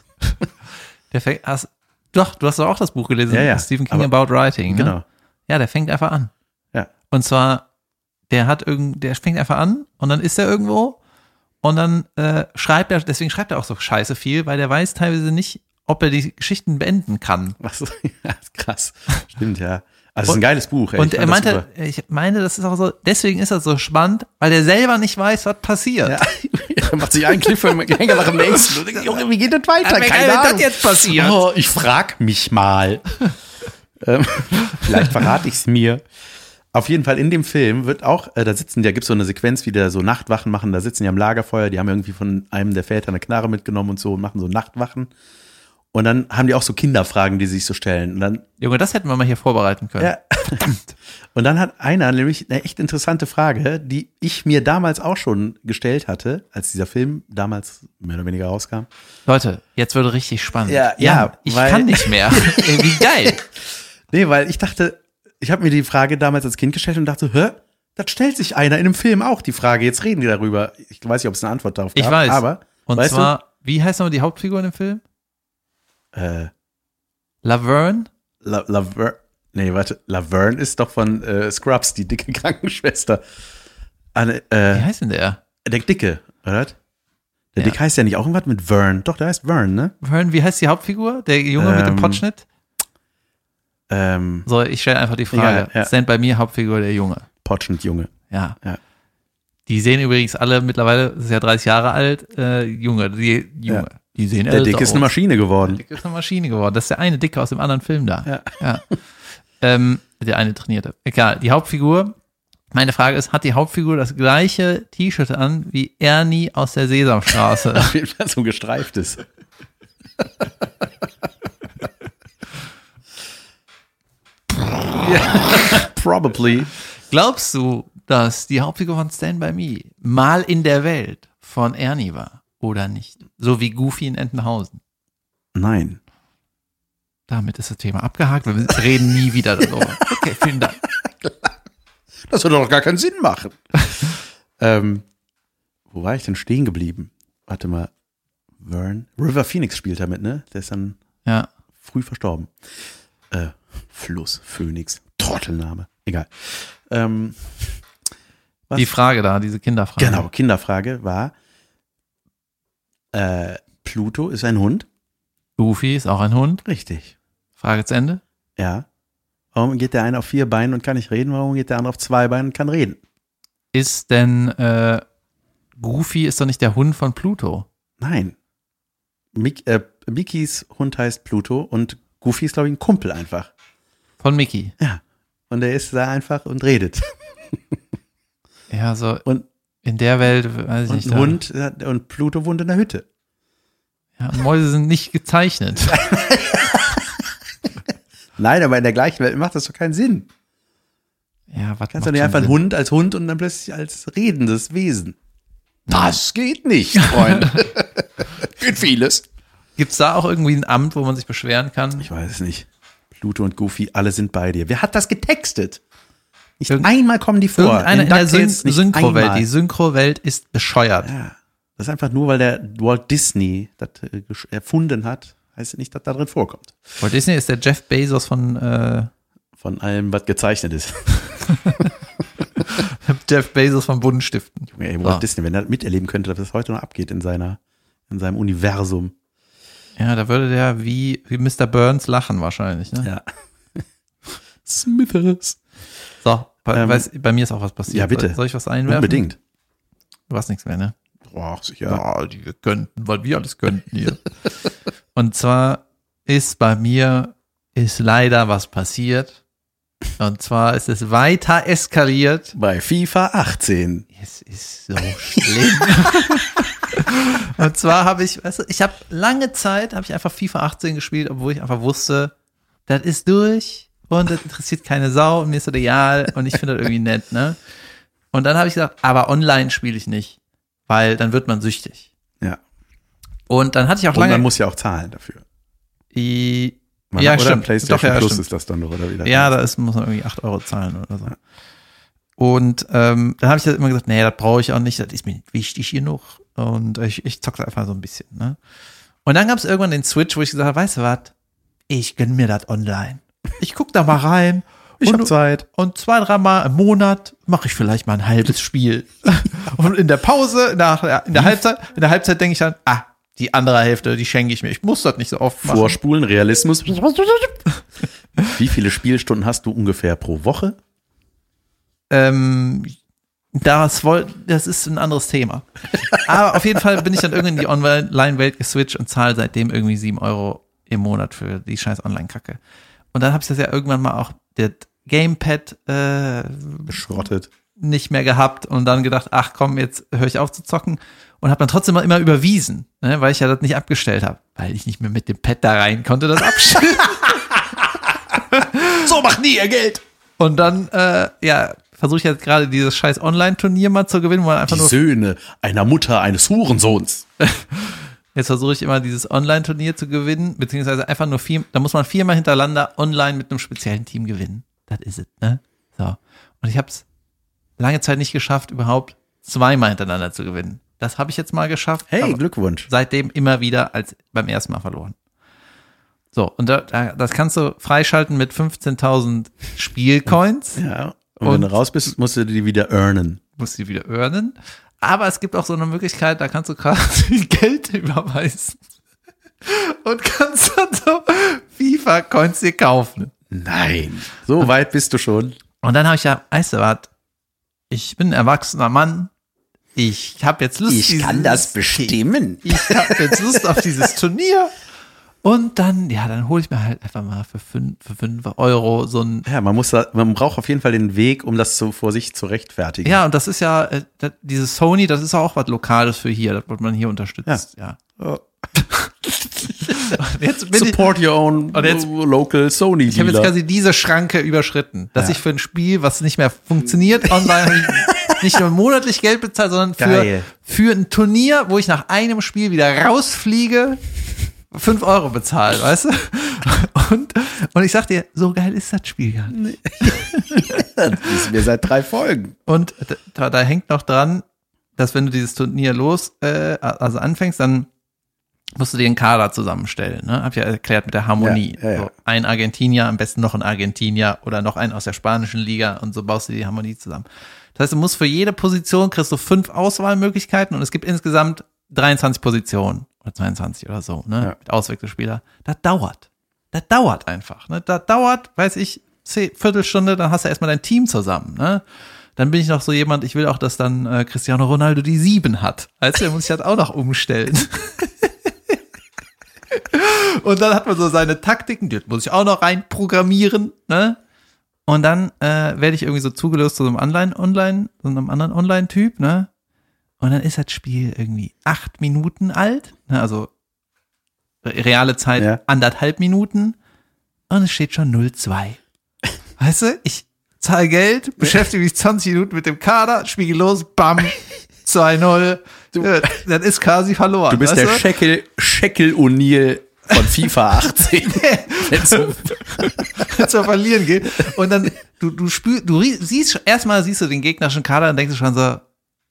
Der fängt, hast, doch, du hast doch auch das Buch gelesen, Ja, ja. Stephen King Aber- About Writing. Ne? Genau. Ja, der fängt einfach an. Ja. Und zwar, der hat irgend, der fängt einfach an und dann ist er irgendwo und dann äh, schreibt er, deswegen schreibt er auch so scheiße viel, weil der weiß teilweise nicht, ob er die Geschichten beenden kann. Was? Ja, ist krass. Stimmt, ja. Also, es ist ein geiles Buch. ey. und Ich er fand das meinte, ich meine, das ist auch so, deswegen ist das so spannend, weil der selber nicht weiß, was passiert. Ja, Er macht sich einen Cliffhanger nach dem nächsten. Und denkt, Junge, wie geht das weiter? Aber geil, wenn das jetzt passiert. Oh, ich frag mich mal. Ähm, Vielleicht verrate ich es mir. Auf jeden Fall in dem Film wird auch, äh, da sitzen, da gibt es so eine Sequenz, wie der so Nachtwachen machen, da sitzen die am Lagerfeuer, die haben irgendwie von einem der Väter eine Knarre mitgenommen und so und machen so Nachtwachen. Und dann haben die auch so Kinderfragen, die sie sich so stellen. Und dann Junge, das hätten wir mal hier vorbereiten können. Ja. Und dann hat einer nämlich eine echt interessante Frage, die ich mir damals auch schon gestellt hatte, als dieser Film damals mehr oder weniger rauskam. Leute, jetzt wird richtig spannend. Ja, Jan, ja, ich weil- kann nicht mehr. Ey, Wie geil. Nee, weil ich dachte, ich habe mir die Frage damals als Kind gestellt und dachte, hä? Das stellt sich einer in einem Film auch, die Frage. Jetzt reden die darüber. Ich weiß nicht, ob es eine Antwort darauf gab. Ich weiß. Aber, Und weißt zwar, wie heißt nochmal die Hauptfigur in dem Film? du, äh, Laverne? La Laverne, nee, warte, Laverne ist doch von äh, Scrubs, die dicke Krankenschwester. Anne, Wie äh, heißt denn der? Der Dicke, oder? Der Ja. Dick heißt ja nicht auch irgendwas mit Vern. Doch, der heißt Vern, ne? Vern, wie heißt die Hauptfigur? Der Junge mit Ähm, dem Potschnitt? Ähm, So, ich stelle einfach die Frage. egal, ja. Stand bei mir Hauptfigur der Junge. Potschend Junge. Ja. Ja. Die sehen übrigens alle mittlerweile, das ist ja 30 Jahre alt, äh, Junge, die Junge. Ja. Die sehen Der älter Dick ist aus. eine Maschine geworden. Dick ist eine Maschine geworden. Das ist der eine Dicke aus dem anderen Film da. Ja. Ähm, der eine trainierte. Egal, die Hauptfigur. Meine Frage ist, hat die Hauptfigur das gleiche T-Shirt an wie Ernie aus der Sesamstraße? Auf jeden Fall so gestreift ist. Ja, Probably. Glaubst du, dass die Hauptfigur von Stand By Me mal in der Welt von Ernie war oder nicht? So wie Goofy in Entenhausen. Nein. Damit ist das Thema abgehakt. Wir reden nie wieder darüber. Okay, vielen Dank. Das würde doch gar keinen Sinn machen. Ähm, wo war ich denn stehen geblieben? Warte mal. Vern. River Phoenix spielt damit, ne? Der ist dann Ja. früh verstorben. Äh, Fluss, Phoenix, Trottelname. Egal. Ähm, Was? Die Frage da, diese Kinderfrage. Genau, Kinderfrage war, äh, Pluto ist ein Hund? Goofy ist auch ein Hund. Richtig. Frage zu Ende. Ja. Warum geht der eine auf vier Beinen und kann nicht reden? Warum geht der andere auf zwei Beinen und kann reden? Ist denn äh, Goofy ist doch nicht der Hund von Pluto? Nein. Mick, äh, Mickeys Hund heißt Pluto und Goofy ist, glaube ich, ein Kumpel einfach. Von Mickey. Und er ist da einfach und redet. Ja, so Und- in der Welt, weiß ich Und, nicht. ein da- Hund, äh, und Pluto wohnt in der Hütte. Ja, Mäuse sind nicht gezeichnet. Nein, aber in der gleichen Welt macht das doch keinen Sinn. Ja, Kannst was macht du nicht schon einfach einen Sinn? Hund als Hund und dann plötzlich als redendes Wesen. Das geht nicht, Freunde. geht vieles. Gibt's da auch irgendwie ein Amt, wo man sich beschweren kann? Ich weiß es nicht. Pluto und Goofy, alle sind bei dir. Wer hat das getextet? Nicht Irgend- einmal kommen die vor. Irgendeiner in der Syn DuckTales nicht Synchrowelt. einmal. Die Synchrowelt ist bescheuert. Ja. Das ist einfach nur, weil der Walt Disney das äh, gesch- erfunden hat, heißt nicht, dass da drin vorkommt. Walt Disney ist der Jeff Bezos von äh, Von allem, was gezeichnet ist. Jeff Bezos von Buntstiften. Junge, Ey, Walt Ah. Disney, wenn er das miterleben könnte, was heute noch abgeht in, seiner, in seinem Universum. Ja, da würde der wie, wie Mr. Burns lachen wahrscheinlich. Ne? Ja. Smithers. So, bei, Ähm, weiß, bei mir ist auch was passiert. ja, bitte. Soll ich was einwerfen? Unbedingt. Du hast nichts mehr, ne? Boah, sicher. Ja, die wir könnten, weil wir alles könnten hier. Und zwar ist bei mir, ist leider was passiert. Und zwar ist es weiter eskaliert. Bei FIFA 18. Es ist so schlimm. Und zwar habe ich, weißt du, ich habe lange Zeit, habe ich einfach FIFA 18 gespielt, obwohl ich einfach wusste, das ist durch und das interessiert keine Sau und mir ist das egal und ich finde das irgendwie nett, ne? Und dann habe ich gesagt, aber online spiele ich nicht, weil dann wird man süchtig. Ja. Und dann hatte ich auch Und lange. man muss ja auch zahlen dafür. I- Man Ja, hat, oder stimmt. PlayStation Doch, ja, Plus stimmt. ist das dann doch, oder wieder? ja, da ist, muss man irgendwie 8 Euro zahlen oder so. Und ähm, dann habe ich das immer gesagt, nee, das brauche ich auch nicht, das ist mir nicht wichtig genug. Und ich, ich zocke einfach so ein bisschen. Ne? Und dann gab es irgendwann den Switch, wo ich gesagt habe, weißt du was, ich gönn mir das online. Ich guck da mal rein. ich und, habe Zeit. und zwei, dreimal im Monat mache ich vielleicht mal ein halbes Spiel. und in der Pause, in der, in der Hm? Halbzeit, in der Halbzeit denke ich dann, ah, die andere Hälfte, die schenke ich mir. Ich muss das nicht so oft machen. Vorspulen, Realismus. Wie viele Spielstunden hast du ungefähr pro Woche? Ähm, das, woll, das ist ein anderes Thema. Aber auf jeden Fall bin ich dann irgendwie in die Online-Welt geswitcht und zahle seitdem irgendwie 7 Euro im Monat für die scheiß Online-Kacke. Und dann habe ich das ja irgendwann mal auch, das Gamepad äh, Geschrottet. nicht mehr gehabt und dann gedacht, ach komm, jetzt höre ich auf zu zocken und habe dann trotzdem immer überwiesen, ne, weil ich ja das nicht abgestellt habe, weil ich nicht mehr mit dem Pad da rein konnte, das abstellen. So macht nie ihr Geld. und dann, äh, ja, versuche ich jetzt gerade dieses scheiß Online-Turnier mal zu gewinnen, wo man einfach Die nur Söhne einer Mutter, eines Hurensohns. Jetzt versuche ich immer dieses Online-Turnier zu gewinnen, beziehungsweise einfach nur vier, da muss man viermal hintereinander online mit einem speziellen Team gewinnen. Das is it, ne? So. Und ich habe es lange Zeit nicht geschafft, überhaupt zweimal hintereinander zu gewinnen. Das habe ich jetzt mal geschafft. Hey, aber Glückwunsch. seitdem immer wieder als beim ersten Mal verloren. So, und da, da, das kannst du freischalten mit 15.000 Spielcoins. Ja. Und, Und- wenn du raus bist, musst du die wieder earnen. muss sie wieder earnen. Aber es gibt auch so eine Möglichkeit, da kannst du quasi Geld überweisen. Und kannst dann so FIFA-Coins dir kaufen. Nein. So weit bist du schon. Und dann habe ich ja, weißt du was, ich bin ein erwachsener Mann. Ich habe jetzt Lust. Ich kann das bestimmen. Ich habe jetzt Lust auf dieses Turnier. Und dann, ja, dann hole ich mir halt einfach mal für 5 für fünf Euro so ein Ja, man muss da, man braucht auf jeden Fall den Weg, um das so vor sich zu rechtfertigen. Ja, und das ist ja, äh, das, dieses Sony, das ist auch was Lokales für hier, das wird man hier unterstützt, ja. Ja. Und jetzt bin ich, Support your own Und jetzt- local Sony ich habe jetzt Dealer. quasi diese Schranke überschritten, dass Ja. ich für ein Spiel, was nicht mehr funktioniert, online hab ich nicht nur monatlich Geld bezahlt, sondern für, Geil. für ein Turnier, wo ich nach einem Spiel wieder rausfliege, fünf Euro bezahlt, weißt du? Und, und ich sag dir, so geil ist das Spiel gar nicht. Das wissen wir seit drei Folgen. Und da, da hängt noch dran, dass wenn du dieses Turnier los, äh, also anfängst, dann musst du dir einen Kader zusammenstellen. Ne? Hab ich ja erklärt mit der Harmonie. Ja, ja, ja. So, ein Argentinier, am besten noch ein Argentinier oder noch einen aus der spanischen Liga und so baust du die Harmonie zusammen. Das heißt, du musst für jede Position kriegst du fünf Auswahlmöglichkeiten und es gibt insgesamt 23 Positionen oder 22 oder so, ne? Ja. Mit Auswechselspieler. Das dauert. Das dauert einfach. Ne? Das dauert, weiß ich, zehn, Viertelstunde, dann hast du erstmal dein Team zusammen, ne? Dann bin ich noch so jemand, ich will auch, dass dann äh, Cristiano Ronaldo die sieben hat. Also der muss ich halt auch noch umstellen. Und dann hat man so seine Taktiken, die muss ich auch noch reinprogrammieren, ne? Und dann äh, werde ich irgendwie so zugelöst zu so einem Online, Online, so einem anderen Online-Typ, ne? Und dann ist das Spiel irgendwie acht Minuten alt, ne? also reale Zeit Ja. anderthalb Minuten. Und es steht schon 0-2. weißt du, ich zahle Geld, beschäftige mich 20 Minuten mit dem Kader, spiegel los, bam, 2-0. Ja, Dann ist quasi verloren. Du bist weißt der du? Scheckel, Scheckel O'Neill von FIFA 18. Wenn's um- zu verlieren geht. Und dann, du, du spür, du rie- siehst, erstmal siehst du den gegnerischen Kader und denkst du schon so,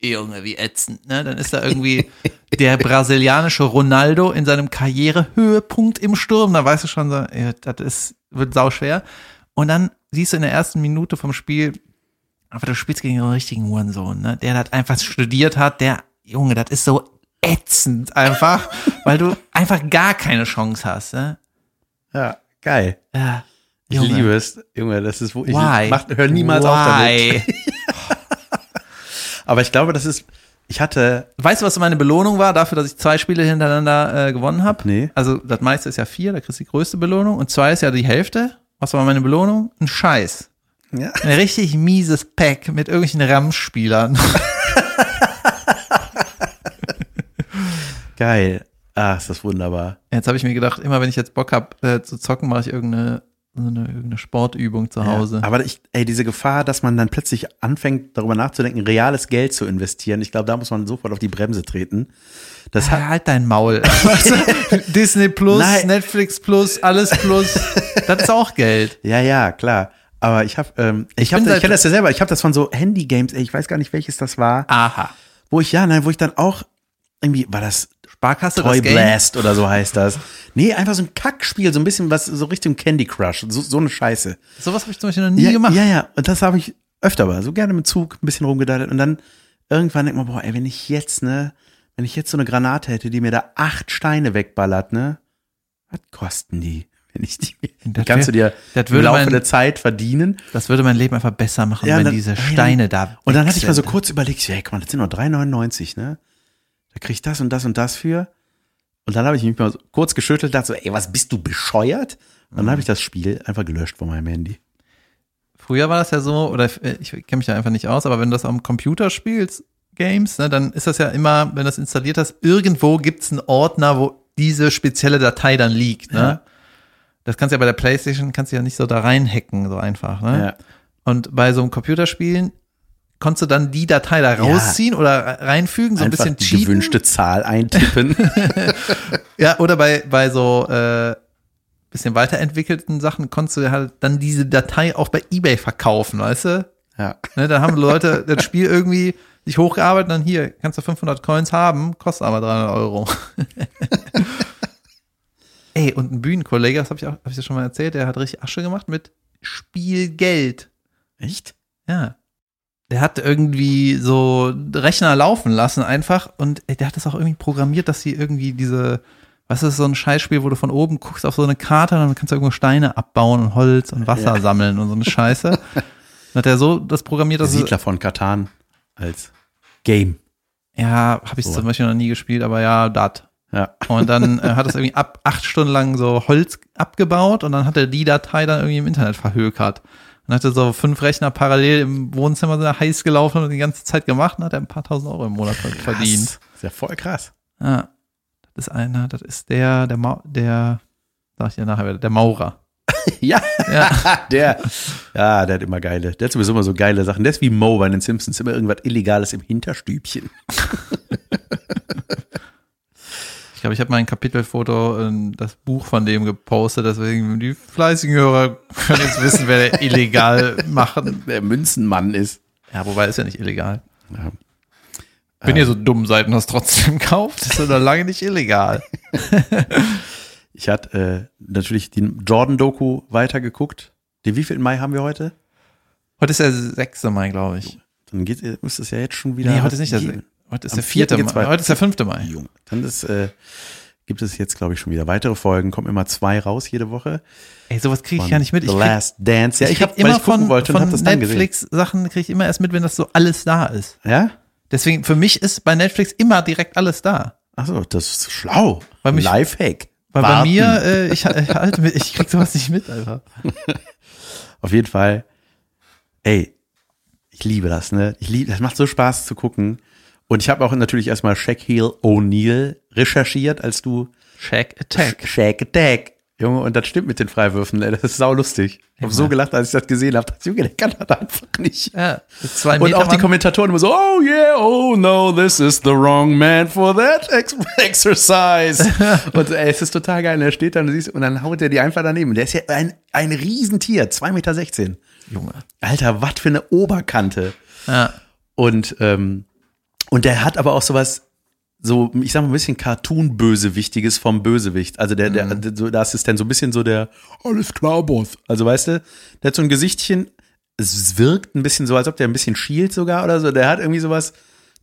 Junge, wie ätzend, ne? Dann ist da irgendwie der brasilianische Ronaldo in seinem Karrierehöhepunkt im Sturm. Da weißt du schon, so, ja, das ist, wird sauschwer. Und dann siehst du in der ersten Minute vom Spiel, aber du spielst gegen den richtigen Hurensohn, ne? der das einfach studiert hat, der, Junge, das ist so ätzend einfach, weil du einfach gar keine Chance hast. Ne? Ja, geil. Ja, Ich Junge. liebe es. Junge, das ist wo ich Why? mach, hör niemals auf damit. Why? Aber ich glaube, das ist ich hatte Weißt du, was meine Belohnung war dafür, dass ich zwei Spiele hintereinander äh, gewonnen habe? Nee. Also das meiste ist ja vier, da kriegst du die größte Belohnung. Und zwei ist ja die Hälfte. Was war meine Belohnung? Ein Scheiß. ja. Ein richtig mieses Pack mit irgendwelchen Ramspielern. geil. Ah, ist das wunderbar. Jetzt habe ich mir gedacht, immer wenn ich jetzt Bock habe äh, zu zocken, mache ich irgendeine, so eine, irgendeine Sportübung zu Hause. Ja, aber ich, ey, diese Gefahr, dass man dann plötzlich anfängt, darüber nachzudenken, reales Geld zu investieren, ich glaube, da muss man sofort auf die Bremse treten. Das hat, Ja, halt dein Maul. Weißt du? Disney Plus, Nein. Netflix Plus, alles Plus. Das ist auch Geld. ja, ja, klar. Aber ich habe, ähm, ich, hab, bin das- ich seit- kenne das ja selber. Ich habe das von so Handy-Games. ey, Ich weiß gar nicht, welches das war, Aha. wo ich ja, nein, wo ich dann auch irgendwie war das Sparkasse, Toy das Game. Blast oder so heißt das. Nee, einfach so ein Kackspiel, so ein bisschen was so Richtung Candy Crush, so, so eine Scheiße. Sowas habe ich zum Beispiel noch nie ja, gemacht. Ja, ja, und das habe ich öfter mal, so gerne mit Zug ein bisschen rumgedattelt und dann irgendwann denkt man, boah, ey, wenn ich jetzt, ne, wenn ich jetzt so eine Granate hätte, die mir da acht Steine wegballert, ne, was kosten die? Wenn ich die, Das kannst du dir das im würde Laufe mein- der Zeit verdienen. Das würde mein Leben einfach besser machen, Ja, wenn dann- diese ey, dann- Steine da. Und dann weg hatte ich mal so sind. kurz überlegt, ja, guck mal, das sind nur 3,99, ne? Da krieg ich das und das und das für. Und dann habe ich mich mal so kurz geschüttelt, dachte so, ey, was bist du bescheuert? Und dann habe ich das Spiel einfach gelöscht von meinem Handy. Früher war das ja so, oder äh, ich kenne mich da einfach nicht aus, aber wenn du das am Computer spielst, Games, ne, dann ist das ja immer, wenn du das installiert hast, irgendwo gibt's einen Ordner, wo diese spezielle Datei dann liegt. Ne? Ja. Das kannst du ja bei der Playstation, kannst du ja nicht so da reinhacken, so einfach. Ne? Und bei so einem Computerspielen konntest du dann die Datei da rausziehen oder reinfügen, so ein einfach bisschen die cheaten. gewünschte Zahl eintippen. Ja, oder bei, bei so äh, bisschen weiterentwickelten Sachen konntest du halt dann diese Datei auch bei Ebay verkaufen, weißt du? ja. Ne, da haben Leute das Spiel irgendwie sich hochgearbeitet und dann hier, kannst du 500 Coins haben, kostet aber 300 Euro. Ey, und ein Bühnenkollege, das habe ich, auch- hab ich dir schon mal erzählt, der hat richtig Asche gemacht mit Spielgeld. Echt? Ja. Der hat irgendwie so Rechner laufen lassen einfach und ey, der hat das auch irgendwie programmiert, dass sie irgendwie diese, was ist so ein Scheißspiel, wo du von oben guckst auf so eine Karte und dann kannst du irgendwo Steine abbauen und Holz und Wasser Ja. sammeln und so eine Scheiße. Dann hat er so das programmiert, Der dass es, Siedler von Katan als Game. ja, habe ich So. zum Beispiel noch nie gespielt, aber ja, dat. Ja. Und dann äh, hat es irgendwie ab acht Stunden lang so Holz abgebaut und dann hat er die Datei dann irgendwie im Internet verhökert. Dann hatte so fünf Rechner parallel im Wohnzimmer so heiß gelaufen und die ganze Zeit gemacht und hat er ein paar tausend Euro im Monat ver- verdient. Krass. Ist ja voll krass. Ja. Das ist einer, das ist der, der, Mau der, sag ich dir nachher wieder, der Maurer. Ja. Ja, Der, ja, der hat immer geile, der hat sowieso immer so geile Sachen. Der ist wie Mo bei den Simpsons, immer irgendwas Illegales im Hinterstübchen. ich glaube, ich habe mein Kapitelfoto, ähm, das Buch von dem gepostet, deswegen die fleißigen Hörer können jetzt wissen, wer der illegal machen. Der Münzenmann ist. Ja, wobei ist ja nicht illegal. Ja. Wenn Äh, ihr so dumm seid und das trotzdem kauft, ist das doch lange nicht illegal. Ich hatte äh, natürlich die Jordan-Doku weitergeguckt. Den wievielten Mai haben wir heute? Heute ist der 6. Mai, glaube ich. Dann geht, müsste es ja jetzt schon wieder. Nee, heute ist nicht der geben. sech- Heute ist Am der 4. vierten geht's Mai. weiter. Heute ist der 5. Mai. Jung. Dann ist, äh, gibt es jetzt, glaube ich, schon wieder weitere Folgen. Kommen immer zwei raus jede Woche. Ey, sowas kriege ich gar nicht mit. Ich The krieg, Last Dance. Ja, ich, krieg habe immer ich gucken von, wollte und von habe das dann gesehen. Netflix-Sachen kriege ich immer erst mit, wenn das so alles da ist. Ja? Deswegen, für mich ist bei Netflix immer direkt alles da. Achso, das ist schlau. Weil mich- Lifehack. Weil bei Warten. mir, äh, ich, ich, halte mit, ich krieg sowas nicht mit, Alter. Auf jeden Fall. Ey, ich liebe das, ne? Ich liebe, das macht so Spaß zu gucken. Und ich habe auch natürlich erstmal Shaquille O'Neal recherchiert, als du Shack Attack. Shaq Attack. Junge, und das stimmt mit den Freiwürfen, ey. Das ist saulustig. Ich habe so gelacht, als ich das gesehen habe. Das Junge, der kann das einfach nicht. Ja, das zwei Und Meter auch die Mann. Kommentatoren immer so, oh yeah, oh no, this is the wrong man for that ex exercise. und ey, es ist total geil. Und er steht da und du siehst, und dann haut er die einfach daneben. Der ist ja ein, ein Riesentier, 2,16 Meter. Junge. Alter, was für eine Oberkante. Ja. Und, ähm, und der hat aber auch sowas, so, ich sag mal, ein bisschen Cartoon-Bösewichtiges vom Bösewicht. Also der, der, der, so, das ist dann so ein bisschen so der, alles klar, Boss. Also weißt du, der hat so ein Gesichtchen, es wirkt ein bisschen so, als ob der ein bisschen schielt sogar oder so. Der hat irgendwie sowas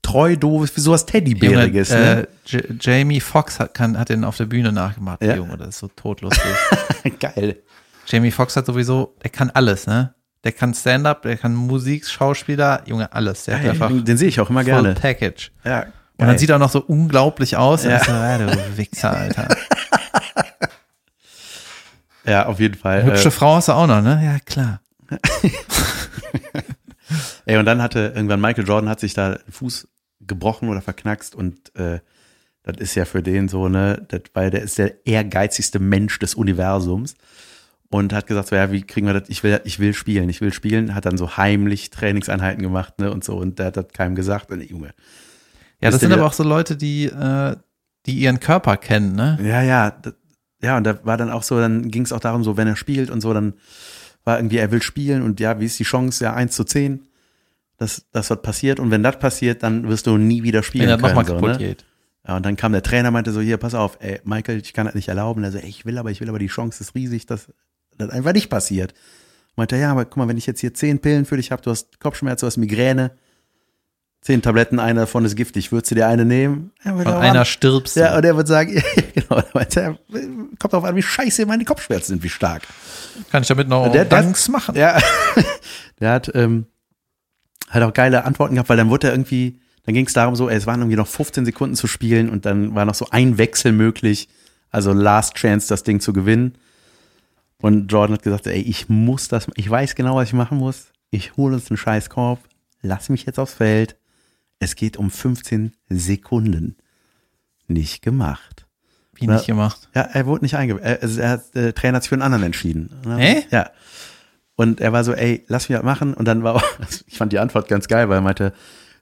treu doofes, sowas ne? Teddybäriges, äh, J Jamie Foxx hat, kann, hat den auf der Bühne nachgemacht, Ja. der Junge, das ist so totlustig. äh, ne? Geil. Jamie Foxx hat sowieso, der kann alles, ne? Der kann Stand-up, der kann Musik, Schauspieler, Junge, alles. Der hat einfach Den, den sehe ich auch immer voll gerne. Package. Ja, Und geil. dann sieht er auch noch so unglaublich aus. Ja. Äh. Ja. So, ja, du Wichser, Alter. ja, auf jeden Fall. Hübsche Frau hast du auch noch, ne? Ja, klar. Äh, ey, und dann hatte irgendwann Michael Jordan hat sich da den Fuß gebrochen oder verknackst und äh, das ist ja für den so, ne, das, weil der ist der ehrgeizigste Mensch des Universums. Und hat gesagt, so, ja, wie kriegen wir das? Ich will, ich will spielen, ich will spielen. Hat dann so heimlich Trainingseinheiten gemacht, ne, und so. Und der hat das keinem gesagt. Und Junge. Ja, das Ist der sind aber wieder- auch so Leute, die, äh, die ihren Körper kennen, ne? Ja, ja, das, ja, und da war dann auch so, dann ging es auch darum, so, wenn er spielt und so, dann war irgendwie, er will spielen und ja, wie ist die Chance? Ja, 1 zu 10, dass, dass was passiert. Und wenn das passiert, dann wirst du nie wieder spielen Wenn er können. nochmal so, kaputt ne? geht. ja, und dann kam der Trainer, meinte so, hier, pass auf, ey, Michael, ich kann das nicht erlauben. Also, ey, ich will aber, ich will aber, die Chance ist riesig, dass das einfach nicht passiert. Meinte, er, ja, aber guck mal, wenn ich jetzt hier 10 Pillen für dich habe, du hast Kopfschmerzen, du hast Migräne, 10 Tabletten, eine davon ist giftig, würdest du dir eine nehmen? Ja, Von aber- einer stirbst du. ja, und er wird sagen, ja, genau, er meinte, er kommt darauf an, wie scheiße meine Kopfschmerzen sind, wie stark. kann ich damit noch Der- der- Danks machen. Ja. Der hat, ähm, hat auch geile Antworten gehabt, weil dann wurde er irgendwie, dann ging es darum so, ey, es waren irgendwie noch 15 Sekunden zu spielen und dann war noch so ein Wechsel möglich, also Last Chance, das Ding zu gewinnen. Und Jordan hat gesagt, ey, ich muss das, ich weiß genau, was ich machen muss. Ich hole uns einen Scheißkorb, lass mich jetzt aufs Feld. Es geht um 15 Sekunden. Nicht gemacht. Wie nicht gemacht. Ja, er wurde nicht eingebaut. Er, also er hat, der Trainer hat sich für einen anderen entschieden. Und dann- Hä? Ja. Und er war so, ey, lass mich das machen. Und dann war auch, ich fand die Antwort ganz geil, weil er meinte,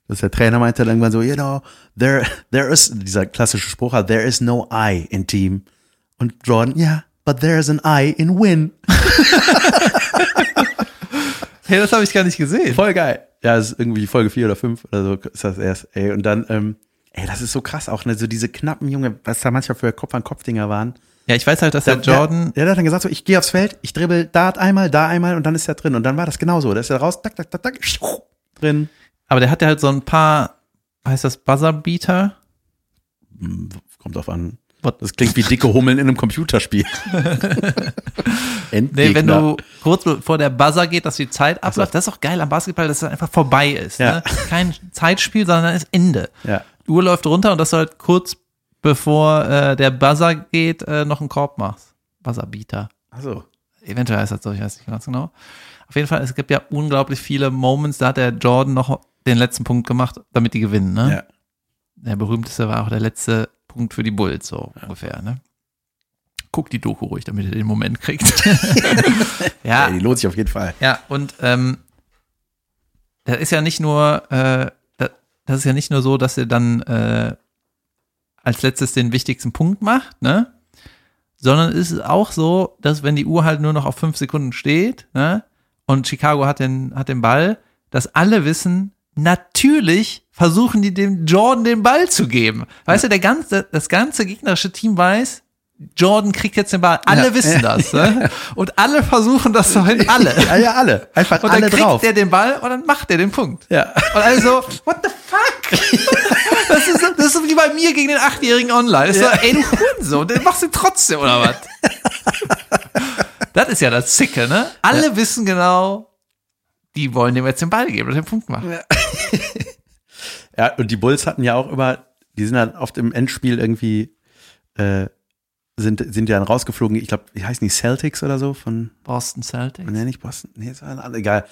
dass der Trainer meinte dann irgendwann so, you know, there, there is, dieser klassische Spruch, halt, there is no I in Team. Und Jordan, ja, but there is an I in Win. Hey, das habe ich gar nicht gesehen. Voll geil. Ja, das ist irgendwie Folge vier oder fünf oder so ist das erst. Ey, und dann, ähm, ey, das ist so krass auch, ne, so diese knappen Junge, was da manchmal für Kopf-an-Kopf-Dinger waren. Ja, ich weiß halt, dass der Jordan Äh, Der, der hat dann gesagt, so, ich gehe aufs Feld, ich dribbel Dart einmal, da einmal und dann ist er drin. Und dann war das genauso. Da ist er raus, tak, tak, tak, tak, drin. Aber der hatte halt so ein paar, heißt das Buzzerbeater? Kommt drauf an. What? Das klingt wie dicke Hummeln in einem Computerspiel. Endgegner. Nee, wenn du kurz vor der Buzzer geht, dass die Zeit abläuft, das ist auch geil am Basketball, dass es einfach vorbei ist. Ja. Ne? Kein Zeitspiel, sondern dann ist Ende. Ja. Die Uhr läuft runter und dass du halt kurz bevor äh, der Buzzer geht, äh, noch einen Korb machst. Buzzerbeater. Achso. Eventuell heißt das so, ich weiß nicht ganz genau. Auf jeden Fall, es gibt ja unglaublich viele Moments, da hat der Jordan noch den letzten Punkt gemacht, damit die gewinnen. Ne? Ja. Der berühmteste war auch der letzte Punkt für die Bulls, so ungefähr, ne? Guck die Doku ruhig, damit ihr den Moment kriegt. Ey, ja, die lohnt sich auf jeden Fall. ja, und ähm, das ist ja nicht nur, äh, das, das ist ja nicht nur so, dass ihr dann äh, als letztes den wichtigsten Punkt macht, ne? Sondern es ist auch so, dass wenn die Uhr halt nur noch auf fünf Sekunden steht, ne? Und Chicago hat den, hat den Ball, dass alle wissen, natürlich versuchen die dem Jordan den Ball zu geben. Weißt du, der ganze, das ganze gegnerische Team weiß, Jordan kriegt jetzt den Ball. Alle wissen das. Ne? Und alle versuchen das zu hin. Alle. Ja, ja, alle. Einfach Und dann alle kriegt drauf. der den Ball und dann macht er den Punkt. ja. Und also, what the fuck? Das ist, das ist wie bei mir gegen den Achtjährigen online. Das ist so, ey, du Hurensohn, den machst du trotzdem, oder was? Das ist ja das Zicke, ne? Alle wissen genau, die wollen dem jetzt den Ball geben und den Punkt machen. Ja, und die Bulls hatten ja auch immer, die sind dann oft im Endspiel irgendwie, äh, sind, sind ja dann rausgeflogen. Ich glaube, wie heißen die Celtics oder so von Boston Celtics. Nee, nicht Boston. Nee, es waren alle, egal.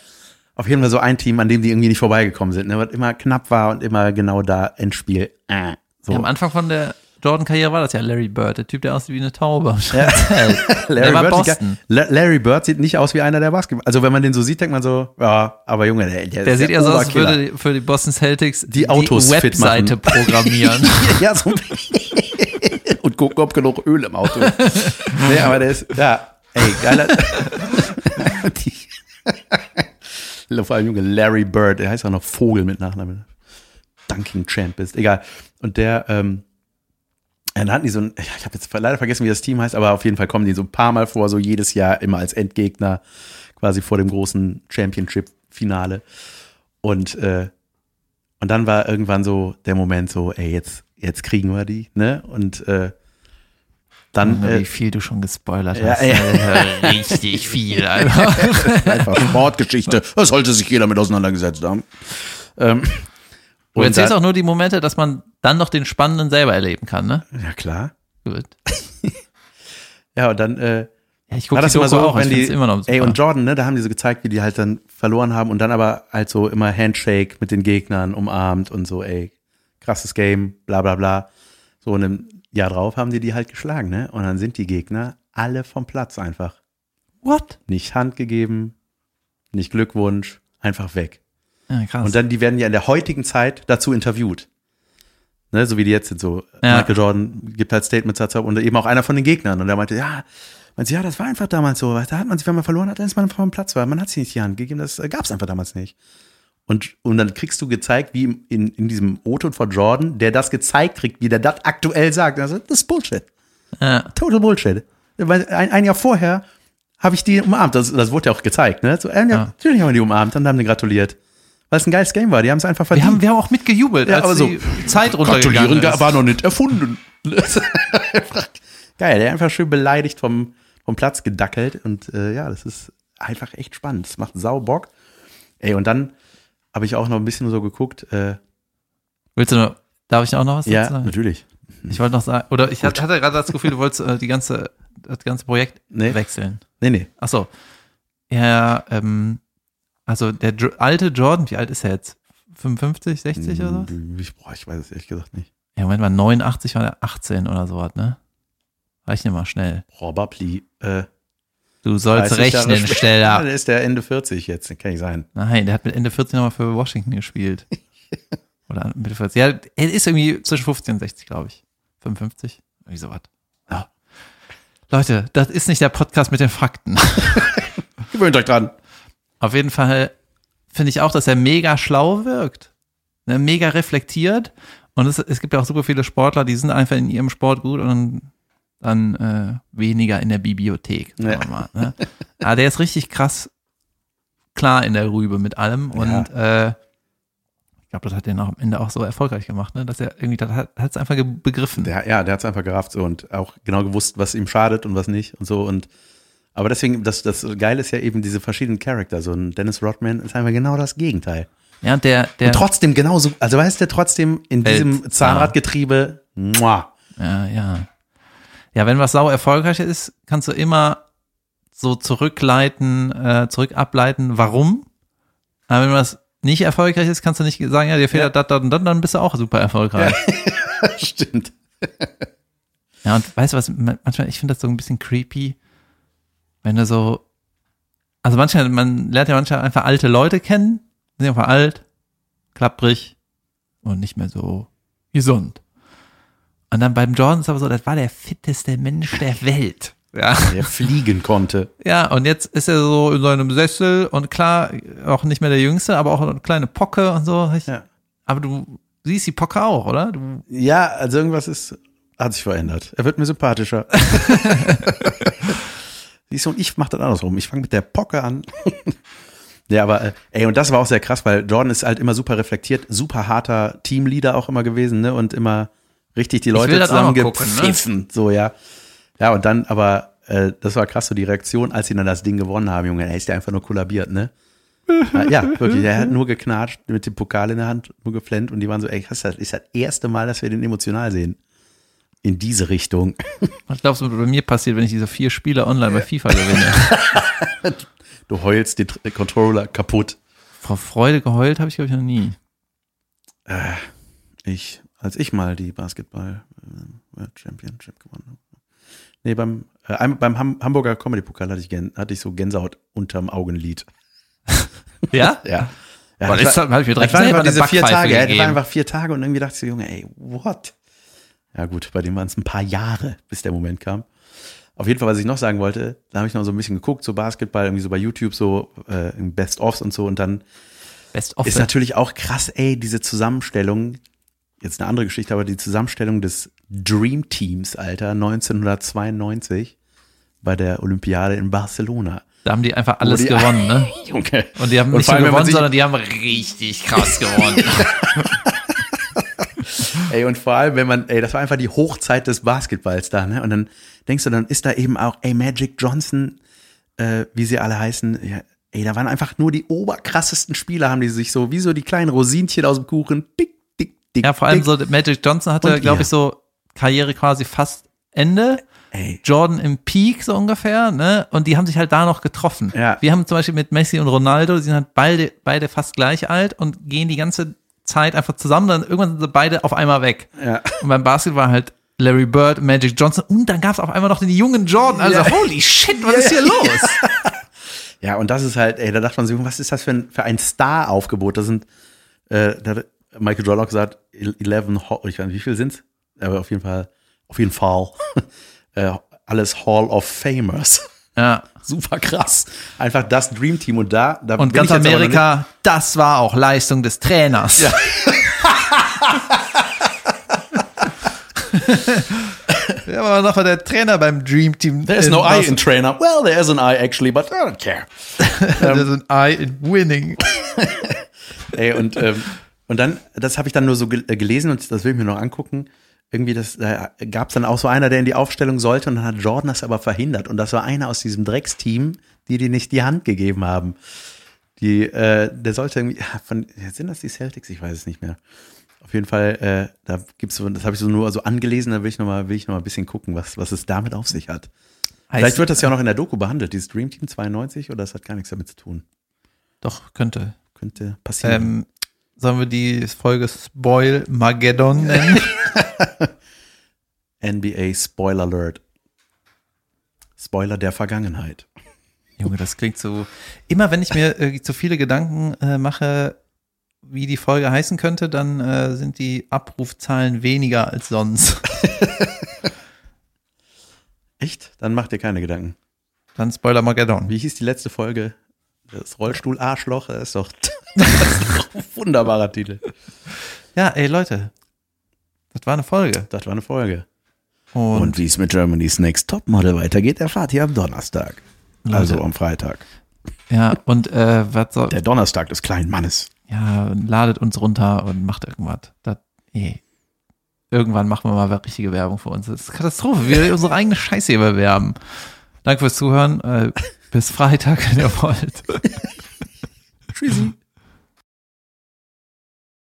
Auf jeden Fall so ein Team, an dem die irgendwie nicht vorbeigekommen sind, ne, was immer knapp war und immer genau da Endspiel. Äh, so. Ja, am Anfang von der Jordan-Karriere war das ja Larry Bird, der Typ, der aussieht wie eine Taube. Larry, der war Bird sieht Boston. gar- La- Larry Bird sieht nicht aus wie einer der Basketball. Also wenn man den so sieht, denkt man so, ja, aber Junge, der, der, Der ist sieht der eher so aus, als Oberkiller. würde die- für die Boston Celtics die, Autos fit Webseite programmieren. ja, so und gucken, ob genug Öl im Auto ist. Nee, aber der ist, ja, ey, geiler. die, vor allem Junge, Larry Bird, der heißt auch noch Vogel mit Nachnamen. Dunking Champ bist. Egal. Und der, ähm, dann hatten die so ein, ich habe jetzt leider vergessen, wie das Team heißt, aber auf jeden Fall kommen die so ein paar Mal vor, so jedes Jahr immer als Endgegner, quasi vor dem großen Championship-Finale. Und, äh, und dann war irgendwann so der Moment so, ey, jetzt, jetzt kriegen wir die, ne? Und äh, dann Junge, äh, wie viel du schon gespoilert Ja, hast. ja. Alter, Richtig viel, Alter. einfach Sportgeschichte. Da sollte sich jeder mit auseinandergesetzt haben. Ähm, Du und erzählst dann- auch nur die Momente, dass man dann noch den Spannenden selber erleben kann, ne? Ja, klar. Gut. Ja, und dann äh, Ja, ich war gucke die das immer Doku so, auch, ich wenn die, find's immer noch super. ey, und Jordan, ne, da haben die so gezeigt, wie die halt dann verloren haben und dann aber halt so immer Handshake mit den Gegnern umarmt und so, ey, krasses Game, bla, bla, bla. So und im Jahr drauf haben die die halt geschlagen, ne? Und dann sind die Gegner alle vom Platz einfach. What? Nicht Hand gegeben, nicht Glückwunsch, einfach weg. Ja, krass. Und dann, die werden ja in der heutigen Zeit dazu interviewt. Ne, so wie die jetzt sind, so Ja. Michael Jordan gibt halt Statements dazu und eben auch einer von den Gegnern. Und der meinte, ja, meinte, ja, das war einfach damals so. Da hat man sich, wenn man verloren hat, dann ist man vom Platz war. Man hat sie nicht die Hand gegeben, das äh, gab's einfach damals nicht. Und, und dann kriegst du gezeigt, wie im- in, in diesem O-Ton von Jordan, der das gezeigt kriegt, wie der das aktuell sagt. Also, das ist Bullshit. ja. Total Bullshit. Weil ein, ein Jahr vorher habe ich die umarmt. Das, das wurde ja auch gezeigt, ne? So, ein Jahr, Ja. Natürlich haben wir die umarmt und haben denen gratuliert. Weil es ein geiles Game war. Die haben es einfach wir, verdient. haben, wir haben auch mitgejubelt, Ja, als aber so, die Zeit runtergegangen Gratulieren ist. war noch nicht erfunden. Geil, der einfach schön beleidigt vom, vom Platz gedackelt. Und äh, ja, das ist einfach echt spannend. Das macht sau Bock. Ey, und dann habe ich auch noch ein bisschen so geguckt. Äh, Willst du noch, darf ich auch noch was ja, dazu sagen? natürlich. Ich wollte noch sagen, oder ich hatte gerade das Gefühl, du wolltest äh, die ganze, das ganze Projekt Nee. wechseln. Nee, nee. Ach so. Ja, ähm, also der Dr- alte Jordan, wie alt ist er jetzt? 55, 60 Hm, oder so? Ich, boah, ich weiß es ehrlich gesagt nicht. Ja, Moment mal, 89 war er 18 oder sowas, ne? Rechne mal schnell. Probably. Äh, Du sollst 30 Jahre rechnen, später. schneller. Dann ist der Ende 40 jetzt. Kann nicht sein. Nein, der hat mit Ende 14 nochmal für Washington gespielt. Oder Mitte 40. Ja, er ist irgendwie zwischen 15 und 60, glaube ich. 55? Irgendwie sowas. Ja. Leute, das ist nicht der Podcast mit den Fakten. Gewöhnt euch dran. Auf jeden Fall finde ich auch, dass er mega schlau wirkt. Ne, mega reflektiert. Und es, es gibt ja auch super viele Sportler, die sind einfach in ihrem Sport gut und dann äh, weniger in der Bibliothek. Sagen wir mal, ne? Aber der ist richtig krass klar in der Rübe mit allem. Und äh, ich glaube, das hat den auch am Ende auch so erfolgreich gemacht, ne? dass er irgendwie, das hat es einfach ge- begriffen. Der, ja, der hat es einfach gerafft so, und auch genau gewusst, was ihm schadet und was nicht und so. Und aber deswegen, das, das Geile ist ja eben diese verschiedenen Charakter. So ein Dennis Rodman ist einfach genau das Gegenteil. ja, und der, der, Und trotzdem genauso, also weißt du, trotzdem in Welt- diesem Zahnradgetriebe, muah, Ja, ja. Ja, wenn was sau erfolgreich ist, kannst du immer so zurückleiten, äh, zurück ableiten, warum. Aber wenn was nicht erfolgreich ist, kannst du nicht sagen, ja, dir fehlt Ja. das, das und das, dann bist du auch super erfolgreich. stimmt. Ja, und weißt du was, man- manchmal, ich finde das so ein bisschen creepy, wenn du so, also manchmal, man lernt ja manchmal einfach alte Leute kennen, sind einfach alt, klapprig und nicht mehr so gesund. Und dann beim Jordan ist aber so, das war der fitteste Mensch der Welt. Ja. Der fliegen konnte. Ja, und jetzt ist er so in seinem Sessel und klar, auch nicht mehr der Jüngste, aber auch eine kleine Pocke und so. Ich, Ja. Aber du siehst die Pocke auch, oder? Du, Ja, also irgendwas ist, hat sich verändert. Er wird mir sympathischer. Siehst du, und ich mache das andersrum. Ich fange mit der Pocke an. ja, aber, äh, ey, und das war auch sehr krass, weil Jordan ist halt immer super reflektiert, super harter Teamleader auch immer gewesen, ne, und immer richtig die will Leute das auch noch gucken, ne? zusammengepfiffen, so, ja. Ja, und dann, aber, äh, das war krass, so die Reaktion, als sie dann das Ding gewonnen haben, Junge, er ist ja einfach nur kollabiert, ne? Ja, ja, wirklich. Er hat nur geknatscht mit dem Pokal in der Hand, nur geflennt und die waren so, ey, krass, das ist das erste Mal, dass wir den emotional sehen. In diese Richtung. was glaubst du, was bei mir passiert, wenn ich diese vier Spiele online bei FIFA gewinne? Du heulst den Tr- Controller kaputt. Vor Freude geheult habe ich, glaube ich, noch nie. Ich, als ich mal die Basketball äh, World Championship gewonnen habe. Nee, beim, äh, einmal beim Ham Hamburger Comedy Pokal hatte ich, gän- hatte ich so Gänsehaut unterm Augenlid. Ja? Ja. ja Boah, das das war- hab ich mir direkt Das waren selber einfach eine diese vier Backpfeife Tage. ja, Das gegeben. waren einfach vier Tage und irgendwie dachte ich so, Junge, ey, what? Ja gut, bei dem waren es ein paar Jahre, bis der Moment kam. Auf jeden Fall, was ich noch sagen wollte, da habe ich noch so ein bisschen geguckt, so Basketball, irgendwie so bei YouTube, so äh, in Best-Offs und so und dann Best of. Ist natürlich auch krass, ey, diese Zusammenstellung, jetzt eine andere Geschichte, aber die Zusammenstellung des Dream Teams, Alter, 1992 bei der Olympiade in Barcelona. Da haben die einfach alles die- gewonnen, ne? Junge. Und die haben Und nicht vor nur allem, wenn man gewonnen, sich- sondern die haben richtig krass gewonnen. Ey, und vor allem, wenn man, ey, das war einfach die Hochzeit des Basketballs da, ne? Und dann denkst du, dann ist da eben auch, ey, Magic Johnson, äh, wie sie alle heißen, ja, ey, da waren einfach nur die oberkrassesten Spieler, haben die sich so, wie so die kleinen Rosinchen aus dem Kuchen, dick, dick, dick. ja, vor allem dick. so Magic Johnson hatte, Und glaube ihr. ich, so Karriere quasi fast Ende. Ey, Jordan im Peak so ungefähr, ne? Und die haben sich halt da noch getroffen. Ja. Wir haben zum Beispiel mit Messi und Ronaldo, die sind halt beide, beide fast gleich alt und gehen die ganze Zeit einfach zusammen, dann irgendwann sind sie beide auf einmal weg. Ja. Und beim Basketball halt Larry Bird, Magic Johnson und dann gab es auf einmal noch den jungen Jordan. Also holy shit, was ist hier los? Ja, und das ist halt, ey, da dachte man sich, was ist das für ein, für ein Star-Aufgebot? Das sind, äh, da hat Michael Jordan auch gesagt, 11, Ho- ich weiß nicht, wie viel sind's? Aber auf jeden Fall, auf jeden Fall, äh, alles Hall of Famers. Ja. Super krass. Einfach das Dream Team und da, da Und bin ganz ich jetzt aber noch nicht- Amerika, das war auch Leistung des Trainers. Ja, aber was sagt mal, der Trainer beim Dream Team. There's no Bas- I in trainer. Well, there's an I actually, but I don't care. There's an Eye in winning. Ey, und, ähm, und dann, das habe ich dann nur so gel- äh, gelesen und das will ich mir noch angucken. Irgendwie, das äh, gab es dann auch so einer, der in die Aufstellung sollte und dann hat Jordan das aber verhindert. Und das war einer aus diesem Drecksteam, die die nicht die Hand gegeben haben. Die, äh, der sollte irgendwie, ja, von, ja, sind das die Celtics? Ich weiß es nicht mehr. Auf jeden Fall, äh, da gibt's so, das habe ich so nur so angelesen, da will ich nochmal, will ich noch mal ein bisschen gucken, was, was es damit auf sich hat. Vielleicht wird das ja auch noch in der Doku behandelt, dieses Dream Team 92, oder das hat gar nichts damit zu tun. Doch, könnte. Könnte passieren. Ähm, sollen wir die Folge Spoil Mageddon nennen? NBA Spoiler Alert. Spoiler der Vergangenheit. Junge, das klingt so. Immer wenn ich mir äh, zu viele Gedanken äh, mache, wie die Folge heißen könnte, dann äh, sind die Abrufzahlen weniger als sonst. Echt? Dann mach dir keine Gedanken. Dann Spoiler Mageddon. Wie hieß die letzte Folge? Das Rollstuhl-Arschloch, das ist doch, das ist doch ein wunderbarer Titel. Ja, ey Leute, das war eine Folge. Das war eine Folge. Und, Und wie es mit Germany's Next Topmodel weitergeht, erfahrt ihr am Donnerstag. Also am Freitag. ja, und äh, was soll, Der Donnerstag des kleinen Mannes. ja, ladet uns runter und macht irgendwas. Das, ey. Irgendwann machen wir mal richtige Werbung für uns. Das ist Katastrophe, wie wir unsere eigene Scheiße hier bewerben. Danke fürs Zuhören. Äh, bis Freitag, wenn ihr wollt.